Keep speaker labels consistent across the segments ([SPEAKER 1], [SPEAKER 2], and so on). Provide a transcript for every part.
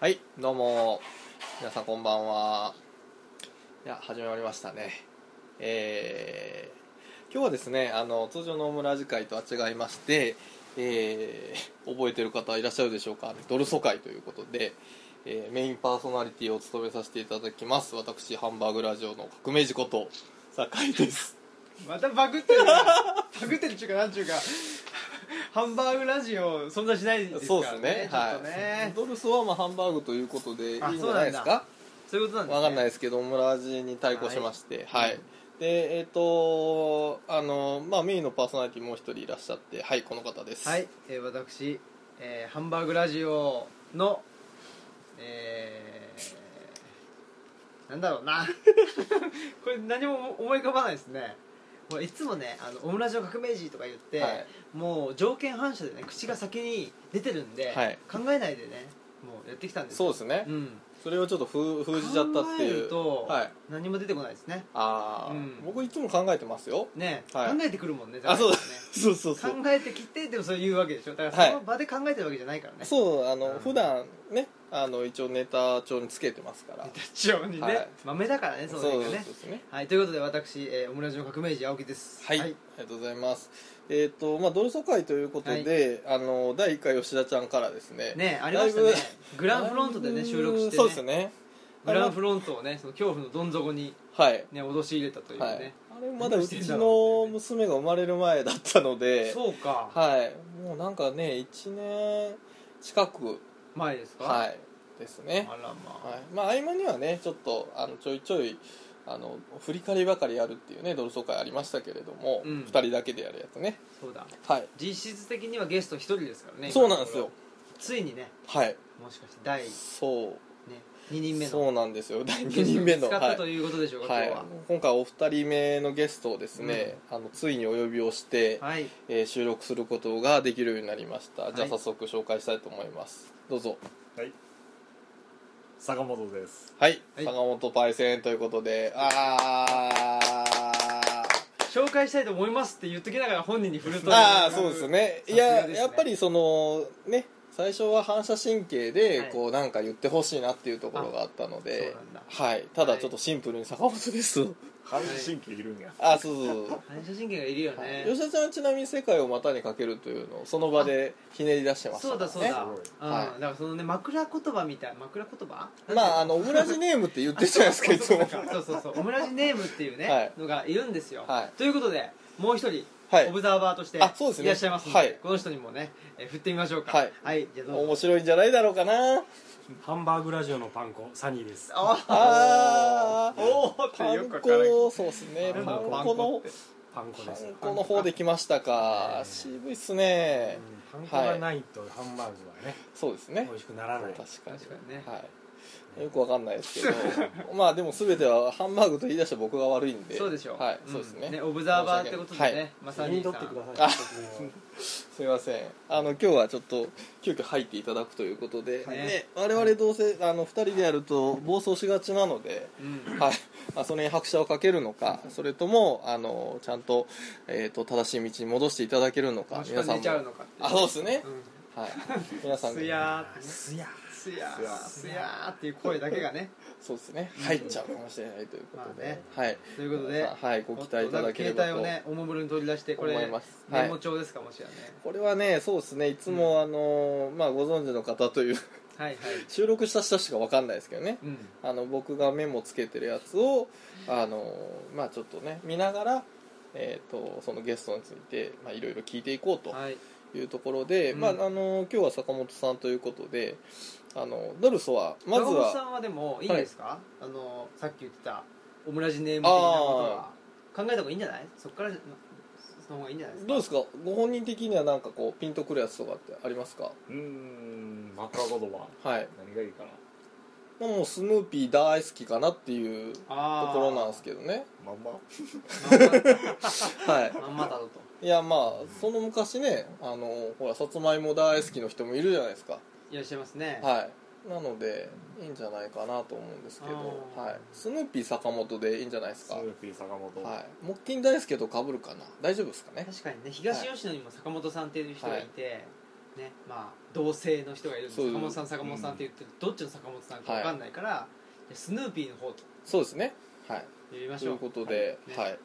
[SPEAKER 1] はいどうも皆さんこんばんはいや始まりましたねえー今日はですねあの通常のオムラジ会とは違いまして、えー覚えてる方いらっしゃるでしょうかドルソ会ということで、えーメインパーソナリティを務めさせていただきます私ハンバーグラジオの革命児こと酒井です
[SPEAKER 2] またバグってるバグってるっちゅうかなんちゅうかハンバーグラジオ存在しないです
[SPEAKER 1] そう
[SPEAKER 2] か
[SPEAKER 1] です
[SPEAKER 2] ら
[SPEAKER 1] ね
[SPEAKER 2] ね
[SPEAKER 1] は
[SPEAKER 2] ちょっとね
[SPEAKER 1] いドルソはまあハンバーグということでいいんじゃ
[SPEAKER 2] あ
[SPEAKER 1] ないです
[SPEAKER 2] そうなん
[SPEAKER 1] か
[SPEAKER 2] そういうことなんです、ね、
[SPEAKER 1] わかんない
[SPEAKER 2] い
[SPEAKER 1] ですけどオムラジに対抗しましては
[SPEAKER 2] はい
[SPEAKER 1] い、でえっ、とあのまあメインのパーソナリティもう一人いらっしゃってはいこの方です
[SPEAKER 2] はい、えー私、えーハンバーグラジオのえーなんだろうな これ何も思い浮かばないですねもういつもねあのオムラジオ革命児とか言って、
[SPEAKER 1] はい
[SPEAKER 2] もう条件反射でね口が先に出てるんで、
[SPEAKER 1] はい
[SPEAKER 2] 考えないでねもうやってきたんですよ
[SPEAKER 1] そうですね、
[SPEAKER 2] うん
[SPEAKER 1] それをちょっと封封じちゃったって
[SPEAKER 2] 考え
[SPEAKER 1] い
[SPEAKER 2] る
[SPEAKER 1] う
[SPEAKER 2] と
[SPEAKER 1] はい
[SPEAKER 2] 何も出てこないですね
[SPEAKER 1] ああ、
[SPEAKER 2] うん
[SPEAKER 1] 僕いつも考えてますよ
[SPEAKER 2] ね、
[SPEAKER 1] はい
[SPEAKER 2] 考えてくるもんね
[SPEAKER 1] あそう
[SPEAKER 2] だ
[SPEAKER 1] だ
[SPEAKER 2] からね
[SPEAKER 1] そうそうそう
[SPEAKER 2] 考えてきてでもそれ言うわけでしょだか
[SPEAKER 1] は
[SPEAKER 2] ら
[SPEAKER 1] い
[SPEAKER 2] その場で考えてるわけじゃないからね、
[SPEAKER 1] そうあの、
[SPEAKER 2] うん
[SPEAKER 1] 普段ねあの一応ネタ帳につけてますから
[SPEAKER 2] 一応にね、
[SPEAKER 1] はい
[SPEAKER 2] 豆だからねその
[SPEAKER 1] そ
[SPEAKER 2] 辺
[SPEAKER 1] うそ
[SPEAKER 2] が
[SPEAKER 1] う
[SPEAKER 2] ね
[SPEAKER 1] ですね
[SPEAKER 2] はいということで私、えーオムラジオ革命児青木です
[SPEAKER 1] はい、ありがとうございますえっ、とまあドルソ会ということで、あの第1回吉田ちゃんからですね
[SPEAKER 2] ねありましたね
[SPEAKER 1] だいぶ
[SPEAKER 2] グランフロントでね収録して、ね、
[SPEAKER 1] そうですね
[SPEAKER 2] グランフロントをねその恐怖のどん底に
[SPEAKER 1] はい
[SPEAKER 2] ね脅し入れたというね、
[SPEAKER 1] はい、あれまだうちの娘が生まれる前だったので
[SPEAKER 2] そうか、
[SPEAKER 1] はいもうなんかね1年近く
[SPEAKER 2] 前ですか、
[SPEAKER 1] はいです
[SPEAKER 2] あ
[SPEAKER 1] ね、
[SPEAKER 2] らまあ、
[SPEAKER 1] はい、まあ合間にはねちょっとあのちょいちょいあの振り返りばかりやるっていうね同窓会ありましたけれども、
[SPEAKER 2] うん
[SPEAKER 1] 2人だけでやるやつね
[SPEAKER 2] そうだ
[SPEAKER 1] はい
[SPEAKER 2] 実質的にはゲスト一人ですからね
[SPEAKER 1] そうなんです
[SPEAKER 2] 今の
[SPEAKER 1] よ
[SPEAKER 2] ところついにね
[SPEAKER 1] はい
[SPEAKER 2] もしかして第、ね、
[SPEAKER 1] そう
[SPEAKER 2] 2人目の
[SPEAKER 1] そうなんですよ第2人目の
[SPEAKER 2] 使った
[SPEAKER 1] はい
[SPEAKER 2] ということでしょうか、
[SPEAKER 1] はい
[SPEAKER 2] 今、
[SPEAKER 1] 今回お二人目のゲストをですね、あのついにお呼びをして、
[SPEAKER 2] 日ははい
[SPEAKER 1] えー収録することができるようになりました、
[SPEAKER 2] い
[SPEAKER 1] じゃあ早速紹介したいと思いますどうぞ
[SPEAKER 3] はい坂本です
[SPEAKER 1] はい、
[SPEAKER 2] はい
[SPEAKER 1] 坂本パイセンということであー
[SPEAKER 2] 紹介したいと思いますって言っときながら本人に振ると
[SPEAKER 1] あーそうですねい
[SPEAKER 2] さす
[SPEAKER 1] や
[SPEAKER 2] がですね
[SPEAKER 1] やっぱりそのね最初は反射神経で
[SPEAKER 2] はい
[SPEAKER 1] こうなんか言ってほしいなっていうところがあったの
[SPEAKER 2] あそう
[SPEAKER 1] で
[SPEAKER 2] なんだ、
[SPEAKER 1] はい、ただちょっとシンプルに坂本です、
[SPEAKER 3] 反射神経いるんや、
[SPEAKER 1] あそうそうそう
[SPEAKER 2] 反射神経がいるよね
[SPEAKER 1] 吉田ちゃんはちなみに「世界を股にかける」というのをその場でひねり出してました
[SPEAKER 2] そ
[SPEAKER 1] からね
[SPEAKER 2] うだそうだ、
[SPEAKER 3] ね
[SPEAKER 2] うん
[SPEAKER 1] はい
[SPEAKER 2] だからそのね枕言葉みたい枕言葉
[SPEAKER 1] まああ
[SPEAKER 2] の
[SPEAKER 1] のオムラジネームって言ってるじゃないですかいつも
[SPEAKER 2] そうそうそうオムラジネームっていうね、
[SPEAKER 1] はい
[SPEAKER 2] のがいるんですよ、
[SPEAKER 1] はい
[SPEAKER 2] ということでもう一人、
[SPEAKER 1] はい
[SPEAKER 2] オブザーバーとしてい
[SPEAKER 1] あそうですね
[SPEAKER 2] らっしゃいますので
[SPEAKER 1] はい
[SPEAKER 2] この人にもね、えー振ってみましょうか
[SPEAKER 1] はい
[SPEAKER 2] じゃあどうぞ
[SPEAKER 1] 面白いんじゃないだろうかな
[SPEAKER 4] ハンバーグラジオのパン粉サニーです。
[SPEAKER 1] あー
[SPEAKER 2] おーって
[SPEAKER 1] パ
[SPEAKER 2] よ
[SPEAKER 1] ン
[SPEAKER 2] くわからない
[SPEAKER 1] 粉そうですねパ
[SPEAKER 4] な
[SPEAKER 1] ン
[SPEAKER 4] んだろう
[SPEAKER 1] 粉の
[SPEAKER 4] パン粉
[SPEAKER 1] パ
[SPEAKER 4] です。
[SPEAKER 1] ン粉の方で来ましたか
[SPEAKER 4] えー
[SPEAKER 1] 渋いっすね
[SPEAKER 4] パン粉がないとハンバーグはね、
[SPEAKER 1] そうですね
[SPEAKER 4] 美味しくならない。
[SPEAKER 1] 確かに
[SPEAKER 2] 確かにね
[SPEAKER 1] はいよくわかんないですけどまあでも全てはハンバーグと言い出した僕が悪いんで
[SPEAKER 2] そうでしょ
[SPEAKER 1] はい
[SPEAKER 2] ん
[SPEAKER 1] そうですね
[SPEAKER 2] オブザーバーってことでね、
[SPEAKER 1] はい
[SPEAKER 2] まさ
[SPEAKER 4] 切り
[SPEAKER 2] にさ
[SPEAKER 4] 取
[SPEAKER 2] ん
[SPEAKER 4] ってください。
[SPEAKER 1] すいませんあの今日はちょっと急遽入っていただくということで、
[SPEAKER 2] はい
[SPEAKER 1] ね、我々どうせあの2人でやると暴走しがちなので、
[SPEAKER 2] うん
[SPEAKER 1] はいまあ、それに拍車をかけるのかそれともあのちゃんと,、えー、と正しい道に戻していただけるのか
[SPEAKER 2] 持ち込ん
[SPEAKER 1] も
[SPEAKER 2] でちゃうのかってい
[SPEAKER 1] あそうですね
[SPEAKER 2] う、ん
[SPEAKER 1] はい、皆さん
[SPEAKER 2] すやーってね
[SPEAKER 4] すや。
[SPEAKER 2] すやーすやーっていう声だけがね
[SPEAKER 1] そうですね入っちゃうかもしれないということで、
[SPEAKER 2] まあね
[SPEAKER 1] はい
[SPEAKER 2] ということで
[SPEAKER 1] 皆さんはい、ご期待いただければ
[SPEAKER 2] 携
[SPEAKER 1] と
[SPEAKER 2] 帯をねおもむろに取り出してこれ
[SPEAKER 1] 思いますはい
[SPEAKER 2] メモ帳ですかもしれない
[SPEAKER 1] これはねそうですねいつも、あのまあ、ご存知の方という
[SPEAKER 2] はいはい
[SPEAKER 1] 収録した人しかわかんないですけどね
[SPEAKER 2] うん
[SPEAKER 1] あの僕がメモつけてるやつをあのまあちょっとね見ながら、えー、とそのゲストについてまあいろいろ聞いていこうと
[SPEAKER 2] はい
[SPEAKER 1] いうところで、
[SPEAKER 2] うん
[SPEAKER 1] まあ、あの今日は坂本さんということであのドルソはまず
[SPEAKER 2] 山本さ
[SPEAKER 1] は
[SPEAKER 2] んはでもいいですかあのさっき言ってたオムラジネーム的なことは考えた方がいいんじゃないそっからその方がいいんじゃないですか
[SPEAKER 1] どうですかご本人的にはなんかこうピンとくるやつとかってありますか
[SPEAKER 3] うーん枕言葉
[SPEAKER 1] はい、
[SPEAKER 3] 何がいいかな
[SPEAKER 1] まあ、もうスヌーピー大好きかなっていうと
[SPEAKER 2] あー
[SPEAKER 1] ころなんですけどね
[SPEAKER 3] まんま
[SPEAKER 1] はい
[SPEAKER 2] まんまだろと
[SPEAKER 1] いやまあその昔ねあのほらさつまいも大好きの人もいるじゃないですか
[SPEAKER 2] いらっしゃいますね
[SPEAKER 1] はい、なのでいいんじゃないかなと思うんですけど、
[SPEAKER 2] あー
[SPEAKER 1] はい、スヌーピー坂本でいいんじゃないです
[SPEAKER 3] ス
[SPEAKER 1] か、
[SPEAKER 3] ヌ
[SPEAKER 1] は
[SPEAKER 3] ーピー坂本、
[SPEAKER 1] い、木金大輔とかぶるかな大丈夫ですかね
[SPEAKER 2] 確かにね東吉野にも坂本さんっていう人がいてねまあ、同性の人がいるんです
[SPEAKER 1] そう
[SPEAKER 2] 坂本さん坂本さんって言って、どっちの坂本さんか分かんないから、じゃあスヌーピーの方と
[SPEAKER 1] そうですねはい
[SPEAKER 2] 言いまし
[SPEAKER 1] とい
[SPEAKER 2] ょ
[SPEAKER 1] う
[SPEAKER 2] う
[SPEAKER 1] ことで、
[SPEAKER 2] ね
[SPEAKER 1] はい。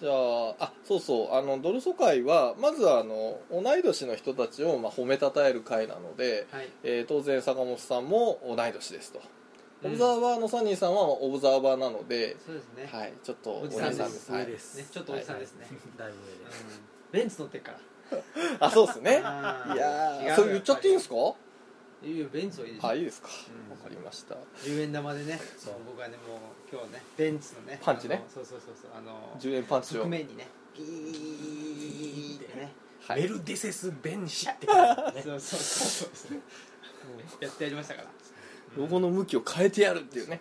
[SPEAKER 1] じゃあ、あ、そうそう、あの、ドルソ会は、まずは、あの、同い年の人たちを、まあ、褒めたたえる会なので、
[SPEAKER 2] はい
[SPEAKER 1] えー当然、坂本さんも同い年ですと。
[SPEAKER 2] う
[SPEAKER 1] オ
[SPEAKER 2] ん
[SPEAKER 1] ブザーバーのサニーさんはオブザーバーなので、
[SPEAKER 2] そうですね,、
[SPEAKER 1] はい、ちょっと
[SPEAKER 2] おじ
[SPEAKER 4] さんです
[SPEAKER 1] は
[SPEAKER 4] 上
[SPEAKER 1] い
[SPEAKER 4] で、
[SPEAKER 2] ねちょっとおじさんですね、
[SPEAKER 4] だいぶ
[SPEAKER 2] う
[SPEAKER 4] 上
[SPEAKER 2] ん
[SPEAKER 4] です
[SPEAKER 2] ベンツ乗ってっから
[SPEAKER 1] あ、そうですね。い
[SPEAKER 2] あー
[SPEAKER 1] や
[SPEAKER 2] 違う
[SPEAKER 1] ーそれ言っちゃっていいんですか
[SPEAKER 2] いいよベンツはいいでしょ、
[SPEAKER 1] あ、いいですか。わ、
[SPEAKER 4] うん
[SPEAKER 1] かりました。
[SPEAKER 2] 10円玉でね
[SPEAKER 4] そう
[SPEAKER 2] 僕はねもう今日ねベンツのね
[SPEAKER 1] パンチね
[SPEAKER 2] あのそうそうそうそうあの
[SPEAKER 1] 10円パンチを。
[SPEAKER 2] 側面にねピーってね
[SPEAKER 1] はい。
[SPEAKER 4] メルデセス・ベンシって感じ だね
[SPEAKER 2] そうそうそうそうやってやりましたから
[SPEAKER 1] ロゴの向きを変えてやるっていうね。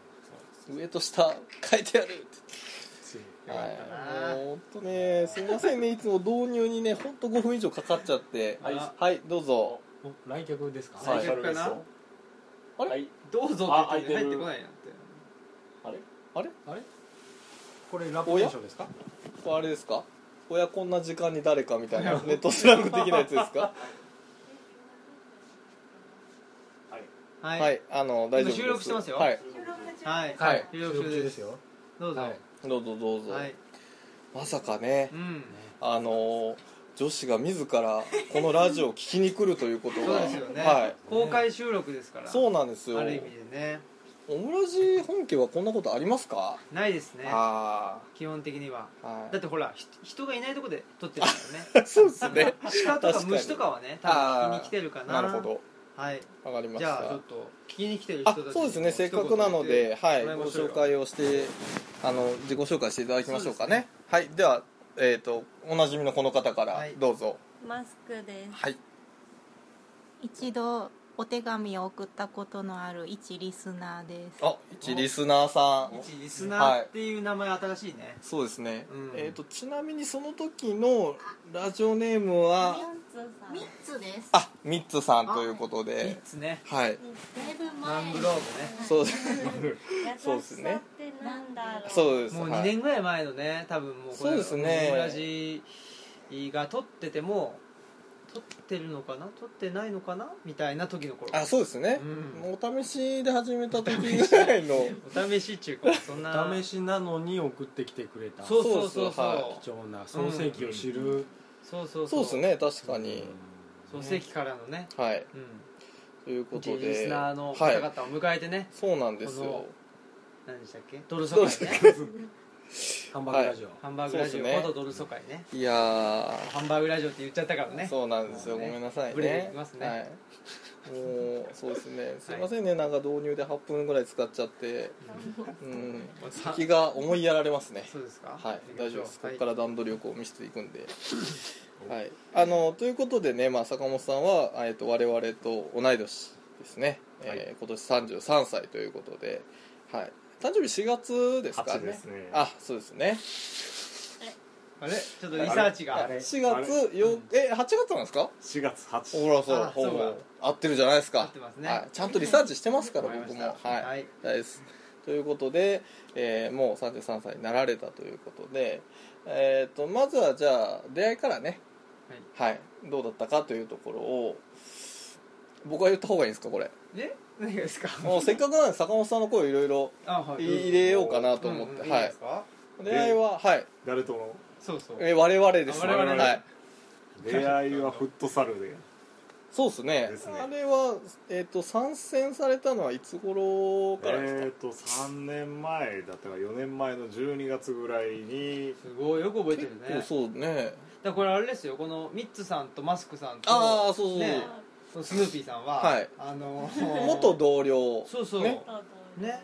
[SPEAKER 1] 上と下変えてやるって。はい、もう本当ね、すみませんね、いつも導入にね、本当5分以上かかっちゃって、
[SPEAKER 2] はい
[SPEAKER 1] はい、どうぞ、
[SPEAKER 4] お来客ですか
[SPEAKER 1] はい
[SPEAKER 2] 来客かな
[SPEAKER 1] あれ
[SPEAKER 5] はい、
[SPEAKER 2] どうぞって言って
[SPEAKER 5] あ開いてる
[SPEAKER 2] 入ってこないなって
[SPEAKER 5] あれ
[SPEAKER 1] あれ、
[SPEAKER 4] あれこれラポーションですか
[SPEAKER 1] これあれですか、親こんな時間に誰かみたいな、ネットスラング的なやつですか、
[SPEAKER 2] は
[SPEAKER 1] はい、あの、大丈夫です。
[SPEAKER 2] 今収録してますよ
[SPEAKER 1] はい、
[SPEAKER 2] はい
[SPEAKER 1] はい
[SPEAKER 2] 収録中です
[SPEAKER 4] よ
[SPEAKER 2] どうぞ
[SPEAKER 4] は
[SPEAKER 2] はい
[SPEAKER 4] い
[SPEAKER 1] どうぞどうぞ、まさかね
[SPEAKER 2] う、ん
[SPEAKER 1] あのー女子が自らこのラジオを聞きに来るということ
[SPEAKER 2] そう
[SPEAKER 1] が、
[SPEAKER 2] ですよね
[SPEAKER 1] はい、
[SPEAKER 2] 公開収録ですから
[SPEAKER 1] そうなんですよ
[SPEAKER 2] ある意味でね
[SPEAKER 1] オムラジ本家はこんなことありますか、
[SPEAKER 2] ないですね
[SPEAKER 1] あ
[SPEAKER 2] 基本的には
[SPEAKER 1] あは
[SPEAKER 2] だっ
[SPEAKER 1] い
[SPEAKER 2] てほらひ人がいないとこで撮ってるから ね
[SPEAKER 1] そうですね
[SPEAKER 2] 鹿と
[SPEAKER 1] 確
[SPEAKER 2] か
[SPEAKER 1] かに
[SPEAKER 2] 虫とかはね多分聞きに来てるか
[SPEAKER 1] な
[SPEAKER 2] な
[SPEAKER 1] るほど
[SPEAKER 2] はい
[SPEAKER 1] わかりまし
[SPEAKER 2] じゃあちょ
[SPEAKER 1] た
[SPEAKER 2] っと聞きに来てる人
[SPEAKER 1] あ
[SPEAKER 2] たちに
[SPEAKER 1] そうですねせっか
[SPEAKER 2] 一
[SPEAKER 1] く
[SPEAKER 2] 言
[SPEAKER 1] なので、はい、
[SPEAKER 2] もら
[SPEAKER 1] ご
[SPEAKER 2] いましょうよ
[SPEAKER 1] 紹介をしてあの自己紹介していただきましょうかねはいでは、えー、とおなじみのこの方から
[SPEAKER 2] はい
[SPEAKER 1] どうぞ
[SPEAKER 6] マスクです
[SPEAKER 1] はい、
[SPEAKER 6] 一度お手紙を送ったことのある一リスナーです
[SPEAKER 1] あ一リスナーさん
[SPEAKER 2] 一リスナーっていう名前新しいね
[SPEAKER 1] そうですね、
[SPEAKER 2] うん
[SPEAKER 1] えー、とちなみにその時のラジオネームは
[SPEAKER 6] ミッツです
[SPEAKER 1] あミッツさんということ
[SPEAKER 2] 3
[SPEAKER 1] で
[SPEAKER 2] つね
[SPEAKER 1] はい
[SPEAKER 6] だいぶ
[SPEAKER 2] マングローブ
[SPEAKER 1] そう ですそ
[SPEAKER 7] そう
[SPEAKER 1] で
[SPEAKER 7] うですす
[SPEAKER 1] ね
[SPEAKER 7] ね。なんだろう。
[SPEAKER 1] そうです
[SPEAKER 2] ねもう
[SPEAKER 1] は
[SPEAKER 2] 2
[SPEAKER 1] い
[SPEAKER 2] 年ぐらい前のね多分もうこ
[SPEAKER 1] そ
[SPEAKER 2] れ
[SPEAKER 1] うですね
[SPEAKER 2] オムラジが撮ってても撮ってるのかな撮ってないのかなみたいな時の頃
[SPEAKER 1] あそうですね
[SPEAKER 2] う、ん
[SPEAKER 1] お試しで始めた時ぐらいの
[SPEAKER 2] お試しっていうかそんな
[SPEAKER 4] お試しなのに送ってきてくれた
[SPEAKER 2] そうそうそうそう、
[SPEAKER 1] は
[SPEAKER 4] 貴重な創世記を知る
[SPEAKER 2] そうそ う
[SPEAKER 1] そうですね確かに、
[SPEAKER 2] そう席からのね、
[SPEAKER 1] はい
[SPEAKER 2] うん、
[SPEAKER 1] ということで
[SPEAKER 2] リスナーの方
[SPEAKER 1] はい、
[SPEAKER 2] 々を迎えてね、
[SPEAKER 1] そうなんです
[SPEAKER 2] こ
[SPEAKER 1] よ
[SPEAKER 2] の何でしたっけドルソ会ね
[SPEAKER 4] ハンバーグラジオ
[SPEAKER 2] ハンバーグラジ
[SPEAKER 1] そう
[SPEAKER 2] オ
[SPEAKER 1] ですね
[SPEAKER 2] 元ドルソ会ね
[SPEAKER 1] いやー
[SPEAKER 2] ハンバーグラジオって言っちゃったからね
[SPEAKER 1] そうなんですよ、
[SPEAKER 2] もうね
[SPEAKER 1] ごめんなさい
[SPEAKER 2] ブレて
[SPEAKER 1] ね
[SPEAKER 2] きますね
[SPEAKER 1] はいもうそうですねすいませんね、なんか導入で8分ぐらい使っちゃってうん
[SPEAKER 2] さ
[SPEAKER 1] 気が思いやられますね
[SPEAKER 2] そうですか
[SPEAKER 1] はい大丈夫ですこ
[SPEAKER 2] は
[SPEAKER 1] こ
[SPEAKER 2] い
[SPEAKER 1] から段取りをこう見せていくんで はいあのということでね、まあ、坂本さんは、えっと我々と同い年ですね、えー今年33歳ということで、はい、誕生日4月ですか
[SPEAKER 5] 初
[SPEAKER 1] ね
[SPEAKER 5] ですね
[SPEAKER 1] あそうですね
[SPEAKER 2] あれちょっとリサーチが
[SPEAKER 5] あれ
[SPEAKER 1] 4月よえ8月なんですか
[SPEAKER 5] 4月8
[SPEAKER 1] ほらそう
[SPEAKER 2] あ
[SPEAKER 1] ほ
[SPEAKER 2] そう
[SPEAKER 1] ら
[SPEAKER 2] か
[SPEAKER 1] 合ってるじゃないですか
[SPEAKER 2] 合ってますね
[SPEAKER 1] はい、ちゃんとリサーチしてますから
[SPEAKER 2] わかりま
[SPEAKER 1] 僕
[SPEAKER 2] し
[SPEAKER 1] も
[SPEAKER 2] た
[SPEAKER 1] はい、
[SPEAKER 2] はい
[SPEAKER 1] ですということで、えーもう33歳になられたということで、えー、とまずはじゃあ出会いからねはい、どうだったかというところを僕は言った方がいいんですかこ れ
[SPEAKER 2] え何がですか
[SPEAKER 1] もうせっかくなんで坂本さんの声いろいろ
[SPEAKER 2] あはい
[SPEAKER 1] 入れようかなと思って、
[SPEAKER 2] うんうん
[SPEAKER 1] はい
[SPEAKER 2] いですか
[SPEAKER 1] 出会いははい、
[SPEAKER 5] 誰との
[SPEAKER 2] そうそう
[SPEAKER 1] えー我々です
[SPEAKER 2] 我々
[SPEAKER 1] はい
[SPEAKER 5] 出会いはフットサルで
[SPEAKER 1] そうですね
[SPEAKER 5] ですね
[SPEAKER 1] あれは、えー、と参戦されたのはいつ頃からですか、
[SPEAKER 5] えっと3年前だったか4年前の12月ぐらいに
[SPEAKER 2] すごいよく覚えてるねだ
[SPEAKER 1] 結構そ
[SPEAKER 2] か
[SPEAKER 1] うね
[SPEAKER 2] らこれあれですよこのミッツさんとマスクさんと
[SPEAKER 1] ああそうそうそう、
[SPEAKER 2] ねそのスヌーピーさんは、
[SPEAKER 1] はい
[SPEAKER 2] あの
[SPEAKER 1] 元同僚
[SPEAKER 2] そうそう、
[SPEAKER 1] ね
[SPEAKER 2] ね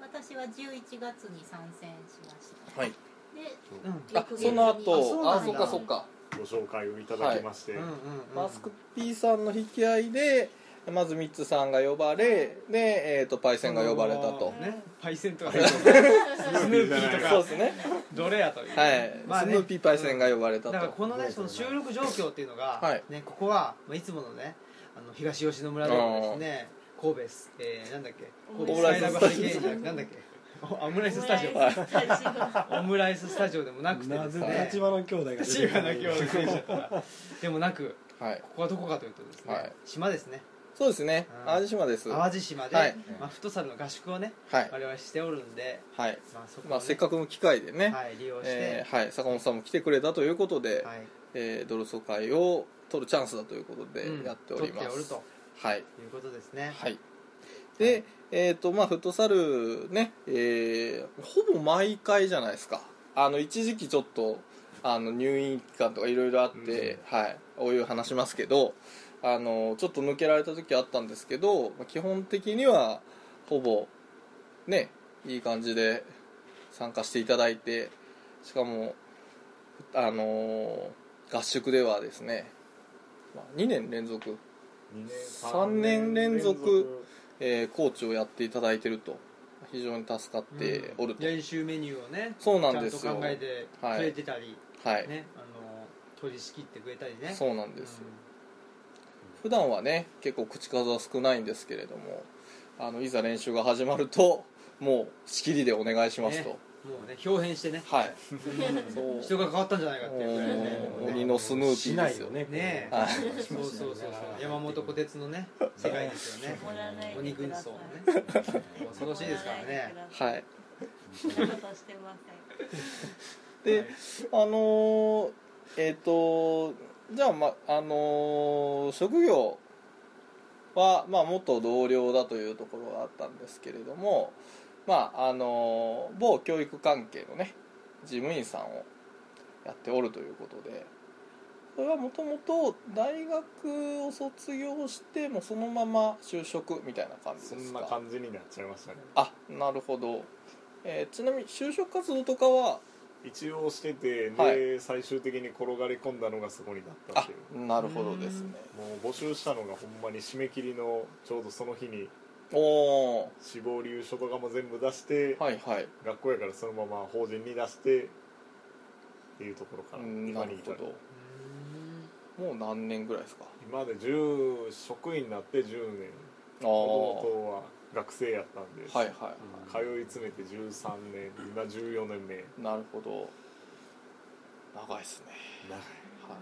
[SPEAKER 6] 私は11月に参戦しまし
[SPEAKER 1] はい
[SPEAKER 6] たで
[SPEAKER 2] うん
[SPEAKER 1] あ
[SPEAKER 6] 翌月
[SPEAKER 1] そ
[SPEAKER 6] に
[SPEAKER 1] の
[SPEAKER 2] あ
[SPEAKER 1] 後
[SPEAKER 2] そう
[SPEAKER 1] あ
[SPEAKER 2] な
[SPEAKER 1] そ
[SPEAKER 2] んだ
[SPEAKER 1] っかそっか
[SPEAKER 5] ご紹介をいただきまして、
[SPEAKER 2] うんうんうん、
[SPEAKER 1] マスク P さんの引き合いでまずミッツさんが呼ばれで、えー、とパイセンが呼ばれたと、
[SPEAKER 2] ねパイセンとか
[SPEAKER 5] い
[SPEAKER 1] そう
[SPEAKER 2] スヌーピーとか
[SPEAKER 1] ですね
[SPEAKER 2] どれやという
[SPEAKER 1] はい、
[SPEAKER 2] まあね
[SPEAKER 1] スヌーピーパイセンが呼ばれたと、
[SPEAKER 2] だからこのねその収録状況っていうのが、
[SPEAKER 1] はい
[SPEAKER 2] ね、ここは、まあ、いつものねあの東吉野村でもですね神戸す、えー、なんだっけ神戸
[SPEAKER 1] オムライス
[SPEAKER 2] スカイラブハリケーンじゃなくてなんだっけおオムライススタジ
[SPEAKER 7] オムライ
[SPEAKER 2] オ
[SPEAKER 7] ススタジオ
[SPEAKER 2] オムライススタジオでもなくてで
[SPEAKER 4] な
[SPEAKER 2] す
[SPEAKER 4] ぜ
[SPEAKER 2] ね
[SPEAKER 4] 立花兄弟が出てくる
[SPEAKER 2] 立花兄弟でもなく
[SPEAKER 1] はい
[SPEAKER 2] ここはどこかというとですね、
[SPEAKER 1] はい
[SPEAKER 2] 島ですね
[SPEAKER 1] そうですね
[SPEAKER 2] うん
[SPEAKER 1] 淡路島ですは
[SPEAKER 2] 淡路島で、
[SPEAKER 1] はい
[SPEAKER 2] まあ、フットサルの合宿をね
[SPEAKER 1] い
[SPEAKER 2] 我々しておるんで、
[SPEAKER 1] はい
[SPEAKER 2] まあ、そこをね
[SPEAKER 1] まあせっかくの機会でね
[SPEAKER 2] はい、利用して、
[SPEAKER 1] えーはい坂本さんも来てくれたということで
[SPEAKER 2] はい
[SPEAKER 1] えードロソ会を取るチャンスだということ
[SPEAKER 2] うん
[SPEAKER 1] でやっておりま
[SPEAKER 2] 取っておる
[SPEAKER 1] す
[SPEAKER 2] と
[SPEAKER 1] はい
[SPEAKER 2] いうことですね、
[SPEAKER 1] はいで、えっ、とまあフットサルね、えーほぼ毎回じゃないですかあの一時期ちょっとあの入院期間とかいろいろあって、はいお湯話しますけどあのちょっと抜けられた時あったんですけどまあ基本的にはほぼねいい感じで参加していただいてしかもあの合宿ではですね、まあ、2年連続三年連続えーコーチをやっていただいてると非常に助かっておると、
[SPEAKER 2] 練習メニューをね
[SPEAKER 1] そうなんです
[SPEAKER 2] ちゃん
[SPEAKER 1] よ
[SPEAKER 2] と考えてくれてたり、
[SPEAKER 1] はい、
[SPEAKER 2] ねあの取り仕切ってくれたりね
[SPEAKER 1] そうなんですよ、普段はね結構口数は少ないんですけれどもあのいざ練習が始まるともう仕切りでお願いしますと、
[SPEAKER 2] ねもうね表変してね
[SPEAKER 1] はい そう
[SPEAKER 2] 人が変わったんじゃないかっていうぐらいね
[SPEAKER 1] おー鬼のスヌーピーですよ
[SPEAKER 4] しないよね
[SPEAKER 2] ね
[SPEAKER 1] はい
[SPEAKER 2] そうそうそうそう山本小鉄のね世界ですよね
[SPEAKER 7] 盛らない
[SPEAKER 2] 鬼
[SPEAKER 7] でく
[SPEAKER 2] 軍
[SPEAKER 7] ださ
[SPEAKER 2] 曹
[SPEAKER 7] い
[SPEAKER 2] のね恐ろしいですからね
[SPEAKER 7] い
[SPEAKER 1] はい
[SPEAKER 7] そんなことしてませ
[SPEAKER 1] で、あのーえっ、とじゃあまあのー職業は、まあ、元同僚だというところがあったんですけれどもまああのー某教育関係のね事務員さんをやっておるということでそれはもともと大学を卒業してもうそのまま就職みたいな感じ
[SPEAKER 5] そ
[SPEAKER 1] です
[SPEAKER 5] ん
[SPEAKER 1] か
[SPEAKER 5] な感じになっちゃいましたね
[SPEAKER 1] あなるほど、えーちなみに就職活動とかは
[SPEAKER 5] 一応しててで、
[SPEAKER 1] はい
[SPEAKER 5] 最終的に転がり込んだのがそこになったっ
[SPEAKER 1] あ
[SPEAKER 5] ていう
[SPEAKER 1] なるほどですね
[SPEAKER 5] もう募集したのがほんまに締め切りのちょうどその日に
[SPEAKER 1] おお
[SPEAKER 5] 死亡理由書とかも全部出して、
[SPEAKER 1] ーはいはい
[SPEAKER 5] 学校やからそのまま法人に出してっていうところから
[SPEAKER 1] うん
[SPEAKER 5] 今
[SPEAKER 1] な
[SPEAKER 5] に
[SPEAKER 1] る
[SPEAKER 5] 至
[SPEAKER 1] ほ
[SPEAKER 5] る
[SPEAKER 1] どもう何年ぐらいですか
[SPEAKER 5] 今まで10職員になって10年
[SPEAKER 1] ああ
[SPEAKER 5] もと
[SPEAKER 1] は
[SPEAKER 5] もとは学生やったんで
[SPEAKER 1] い
[SPEAKER 5] す、
[SPEAKER 1] はいは
[SPEAKER 5] 通い詰めて13年今14年目
[SPEAKER 1] いなるほど長いですねは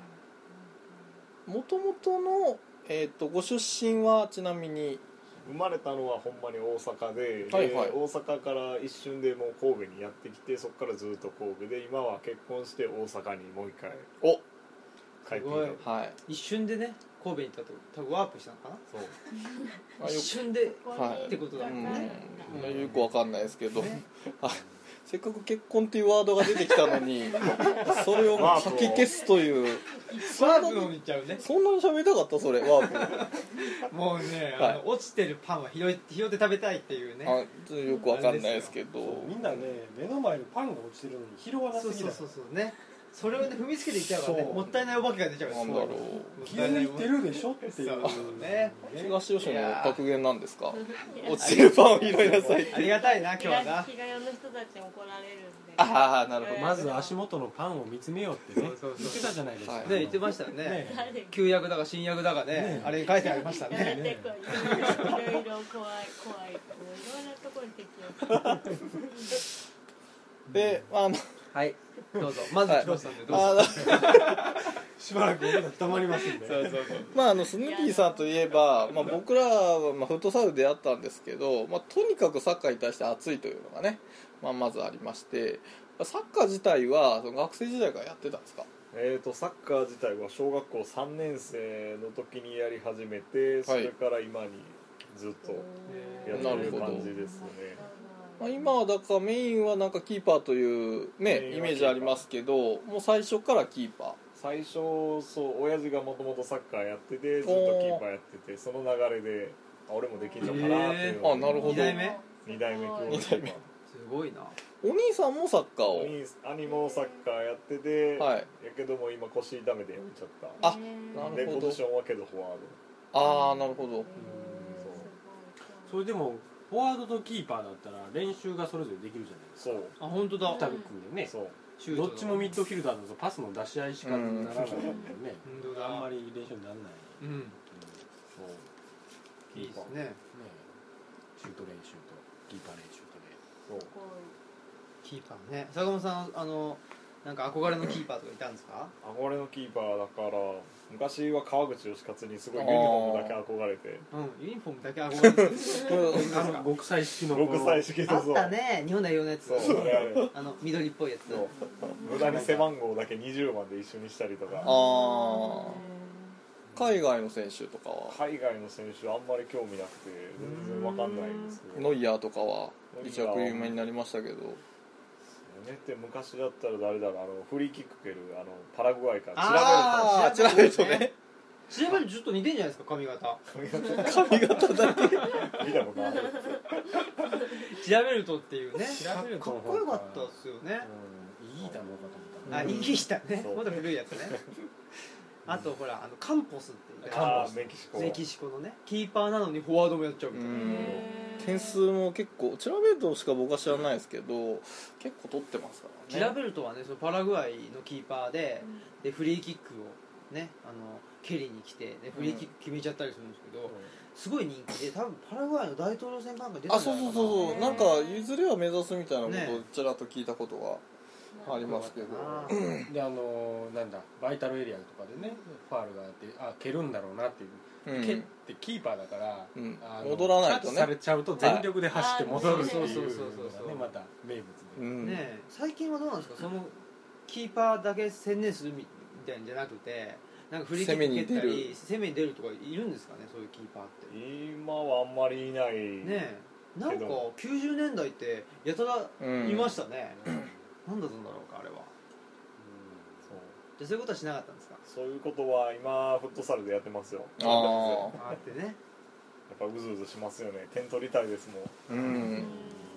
[SPEAKER 1] いもともとの、えー、とご出身はちなみに
[SPEAKER 5] 生まれたのはほんまに大阪で,で、
[SPEAKER 1] はいはい
[SPEAKER 5] 大阪から一瞬でもう神戸にやってきてそこからずっと神戸で今は結婚して大阪にもう一回
[SPEAKER 1] お
[SPEAKER 5] 帰ってき
[SPEAKER 2] すごい
[SPEAKER 1] はい
[SPEAKER 2] 一瞬でね神戸に行ったと多分ワープしたのかな
[SPEAKER 5] たそう
[SPEAKER 1] あ
[SPEAKER 2] 一
[SPEAKER 1] よ
[SPEAKER 2] 瞬で
[SPEAKER 1] はい
[SPEAKER 2] ってことだもんね
[SPEAKER 1] うんよくわかんないですけど、
[SPEAKER 2] ね
[SPEAKER 1] あせっかく結婚っていうワードが出てきたの にそれをかき消すという
[SPEAKER 2] ワープのに行っちゃうね
[SPEAKER 1] そんなに喋りたかったそれワープ
[SPEAKER 2] もうね、
[SPEAKER 1] はい
[SPEAKER 2] あの落ちてるパンは拾い拾って食べたいっていうね
[SPEAKER 1] あちょっとよくわかんないですけど
[SPEAKER 4] みんなね目の前にパンが落ちてるのに拾わな
[SPEAKER 2] そう
[SPEAKER 4] すぎ
[SPEAKER 2] そう
[SPEAKER 4] だよ
[SPEAKER 2] そうそうねそれをね踏みつけていっちゃうからね
[SPEAKER 4] そう
[SPEAKER 2] もったいないお化けが出ちゃう
[SPEAKER 1] なんだろう
[SPEAKER 4] 気づいてるでしょっていう
[SPEAKER 2] そうね
[SPEAKER 1] 東吉野の格言なんですか落ちてるパンを拾いなさいっ
[SPEAKER 2] あ
[SPEAKER 1] て
[SPEAKER 2] りがたいな今日
[SPEAKER 7] 東
[SPEAKER 2] は
[SPEAKER 7] の
[SPEAKER 2] な
[SPEAKER 7] 人たちに怒られるんで
[SPEAKER 1] ああなるほど
[SPEAKER 4] まず足元のパンを見つめようってね
[SPEAKER 2] そうそうそう
[SPEAKER 4] 言ってたじゃないですか
[SPEAKER 1] はい
[SPEAKER 2] ね言ってましたよね
[SPEAKER 4] ね
[SPEAKER 7] 誰か
[SPEAKER 2] 旧約だか新約だかね
[SPEAKER 4] ね
[SPEAKER 2] あれに書いてありました
[SPEAKER 7] や
[SPEAKER 2] ね
[SPEAKER 7] めてこういろいろいろ怖い怖いこういろんなところに適応する
[SPEAKER 1] であの
[SPEAKER 2] はいどうぞまず
[SPEAKER 1] はい
[SPEAKER 2] 木下さんでどうぞ、
[SPEAKER 1] あ
[SPEAKER 4] しばらく俺らたまりますんで
[SPEAKER 2] そうそうそう
[SPEAKER 1] まああのスヌーピーさんといえば、まあ、僕らは、まあ、フットサルであったんですけど、まあ、とにかくサッカーに対して熱いというのがね、まあ、まずありましてサッカー自体はその学生時代からやってたんですか
[SPEAKER 5] えー、とサッカー自体は小学校3年生の時にやり始めてそれから今にずっとやってる感じですね、
[SPEAKER 1] まあ、今はだからメインはなんかキーパーという
[SPEAKER 5] メインはキ
[SPEAKER 1] ね
[SPEAKER 5] ーパー
[SPEAKER 1] イメージありますけどもう最初からキーパー
[SPEAKER 5] 最初そう親父がもともとサッカーやっててずっとキーパーやっててその流れであ俺もできんのかなっていうのが、
[SPEAKER 1] えーあなるほど
[SPEAKER 2] 二代目
[SPEAKER 5] 二代目
[SPEAKER 7] 今
[SPEAKER 5] 兄
[SPEAKER 7] 日
[SPEAKER 5] 弟キー
[SPEAKER 2] すごいな
[SPEAKER 1] お兄さんもサッカー
[SPEAKER 5] パ
[SPEAKER 1] を
[SPEAKER 5] ー兄もサッカーやってて、
[SPEAKER 1] はい
[SPEAKER 5] やけども今腰痛めてやめちゃった
[SPEAKER 1] あな
[SPEAKER 5] で
[SPEAKER 1] るほ
[SPEAKER 5] ポ
[SPEAKER 1] ど
[SPEAKER 5] ジションはけどフォワー
[SPEAKER 1] ああなるほど
[SPEAKER 4] それでもフォワードとキーパーだったら練習がそれぞれできるじゃないですか
[SPEAKER 5] ドそう
[SPEAKER 2] あ本当だ
[SPEAKER 4] 二人組んでね
[SPEAKER 5] そう
[SPEAKER 2] シュート
[SPEAKER 4] ど
[SPEAKER 2] だ
[SPEAKER 4] っちもミッドフィルダーだとパスの出し合いしかならないんだよね
[SPEAKER 2] 本当だ
[SPEAKER 4] あんまり練習にならない
[SPEAKER 2] うん
[SPEAKER 5] そ
[SPEAKER 2] いいですね
[SPEAKER 4] ねシュート練習とキーパー練習とね
[SPEAKER 5] うそう
[SPEAKER 2] キーパーね坂本さんあのなんか憧れのキーパーとかいたんですか
[SPEAKER 5] 憧れのキーパーだから昔は川口義勝にすごいユニフォームだけ憧れて
[SPEAKER 2] うんユニフォームだけ憧れてる
[SPEAKER 4] あの極彩色のこの
[SPEAKER 5] 6歳式
[SPEAKER 2] あ
[SPEAKER 5] と
[SPEAKER 2] ったね日本代表のやつ
[SPEAKER 5] そうあれあれ
[SPEAKER 2] あの緑っぽいやつ
[SPEAKER 5] そう無駄に背番号だけ20番で一緒にしたりとか
[SPEAKER 1] ああ海外の選手とかは
[SPEAKER 5] 海外の選手あんまり興味なくて全然わかんないんですけど
[SPEAKER 1] ノイヤーとかは
[SPEAKER 5] ノイヤー
[SPEAKER 1] 一躍有名になりましたけど
[SPEAKER 5] ねって昔だったら誰だろうあのフリーキック蹴るあのパラグアイからチラ
[SPEAKER 2] あ
[SPEAKER 1] あ
[SPEAKER 2] ー
[SPEAKER 1] ー調べるとね
[SPEAKER 2] 調べるとちょっと似てんじゃないですか髪型
[SPEAKER 1] 髪型だけ
[SPEAKER 5] ベルト見たことある
[SPEAKER 2] 調べるとっていうね
[SPEAKER 4] 調べると
[SPEAKER 2] かっこよかったっすよね
[SPEAKER 4] うんいいだろうかと思った
[SPEAKER 2] あ
[SPEAKER 4] ね
[SPEAKER 2] いい人ね
[SPEAKER 5] そう
[SPEAKER 2] まだ古いやつねあとほらあのカンポスっていた
[SPEAKER 5] あーメキシコ
[SPEAKER 2] メキシコのねキーパーなのにフォワードもやっちゃうみたいな
[SPEAKER 1] うん点数も結構チラベルトしか僕は知らないですけど結構取ってますか
[SPEAKER 2] ジ
[SPEAKER 1] ら
[SPEAKER 2] ラ
[SPEAKER 1] ね
[SPEAKER 2] ベルトはねそのパラグアイのキーパーででフリーキックをねあの蹴りに来てでフリーキック決めちゃったりするんですけど、すごい人気で多分パラグアイの大統領選なんかに出た
[SPEAKER 1] あ
[SPEAKER 2] んじゃ
[SPEAKER 1] そう
[SPEAKER 2] ない
[SPEAKER 1] そう
[SPEAKER 2] かな
[SPEAKER 1] そうそうなんかいずれは目指すみたいなこと
[SPEAKER 2] ね
[SPEAKER 1] をちらっと聞いたことがありますけど
[SPEAKER 4] であのなんだバイタルエリアとかでねファールがあってあ蹴るんだろうなってい
[SPEAKER 1] う
[SPEAKER 4] う、
[SPEAKER 1] ん
[SPEAKER 4] 蹴ってキーパーだから、
[SPEAKER 1] うん
[SPEAKER 4] あの
[SPEAKER 1] 戻らないとね
[SPEAKER 4] キャッチされちゃうと全力で走って戻るっていう
[SPEAKER 2] はい
[SPEAKER 4] のがね
[SPEAKER 2] そうそうそうそうそう
[SPEAKER 4] また名物
[SPEAKER 1] う
[SPEAKER 4] で、
[SPEAKER 1] ん
[SPEAKER 2] ねえ最近はどうなんですかそのキーパーだけ専念するみたいなんじゃなくてなんかフリーキック蹴った
[SPEAKER 1] 攻めに出
[SPEAKER 2] り攻めに出るとかいるんですかねそういうキーパーって
[SPEAKER 5] 今はあんまりいない
[SPEAKER 2] ねえなんか
[SPEAKER 5] けど
[SPEAKER 2] 90年代ってやたら
[SPEAKER 1] うん
[SPEAKER 2] いましたね、なんだったんだろうかあれは
[SPEAKER 5] そう
[SPEAKER 2] じゃあそういうことはしなかったんですか
[SPEAKER 5] そういうことは今フットサルでやってますよ
[SPEAKER 1] ああ
[SPEAKER 2] ああってね
[SPEAKER 5] やっぱうずうずしますよね点取りたいですもん
[SPEAKER 1] うん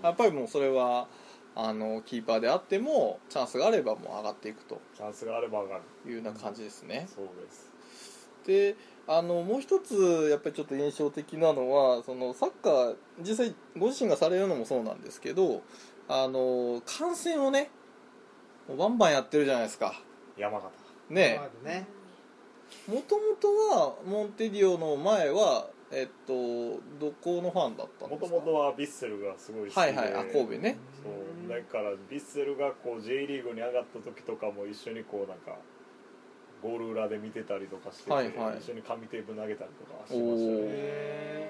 [SPEAKER 1] やっぱりもうそれはあのキーパーであってもチャンスがあればもう上がっていくと
[SPEAKER 5] チャンスがあれば上が
[SPEAKER 1] い
[SPEAKER 5] る
[SPEAKER 1] うような感じですね、
[SPEAKER 5] そうです
[SPEAKER 1] であのもう一つやっぱりちょっと印象的なのはそのサッカー実際ご自身がされるのもそうなんですけどあの観戦をねもうバンバンやってるじゃないですか
[SPEAKER 5] 山形
[SPEAKER 1] ね
[SPEAKER 2] あとね
[SPEAKER 1] もともとはモンテディオの前はえっとどこのファンだったん
[SPEAKER 5] も
[SPEAKER 1] で
[SPEAKER 5] と
[SPEAKER 1] すか
[SPEAKER 5] もとはヴィッセルがすごい好きで
[SPEAKER 1] はいはいあ神戸ね
[SPEAKER 5] そうだからヴィッセルがこう J リーグに上がった時とかも一緒にこうなんかゴール裏で見てたりとかしてて、
[SPEAKER 1] はいはい
[SPEAKER 5] 一緒に紙テープ投げたりとかし
[SPEAKER 1] お
[SPEAKER 5] てました
[SPEAKER 1] お
[SPEAKER 5] ね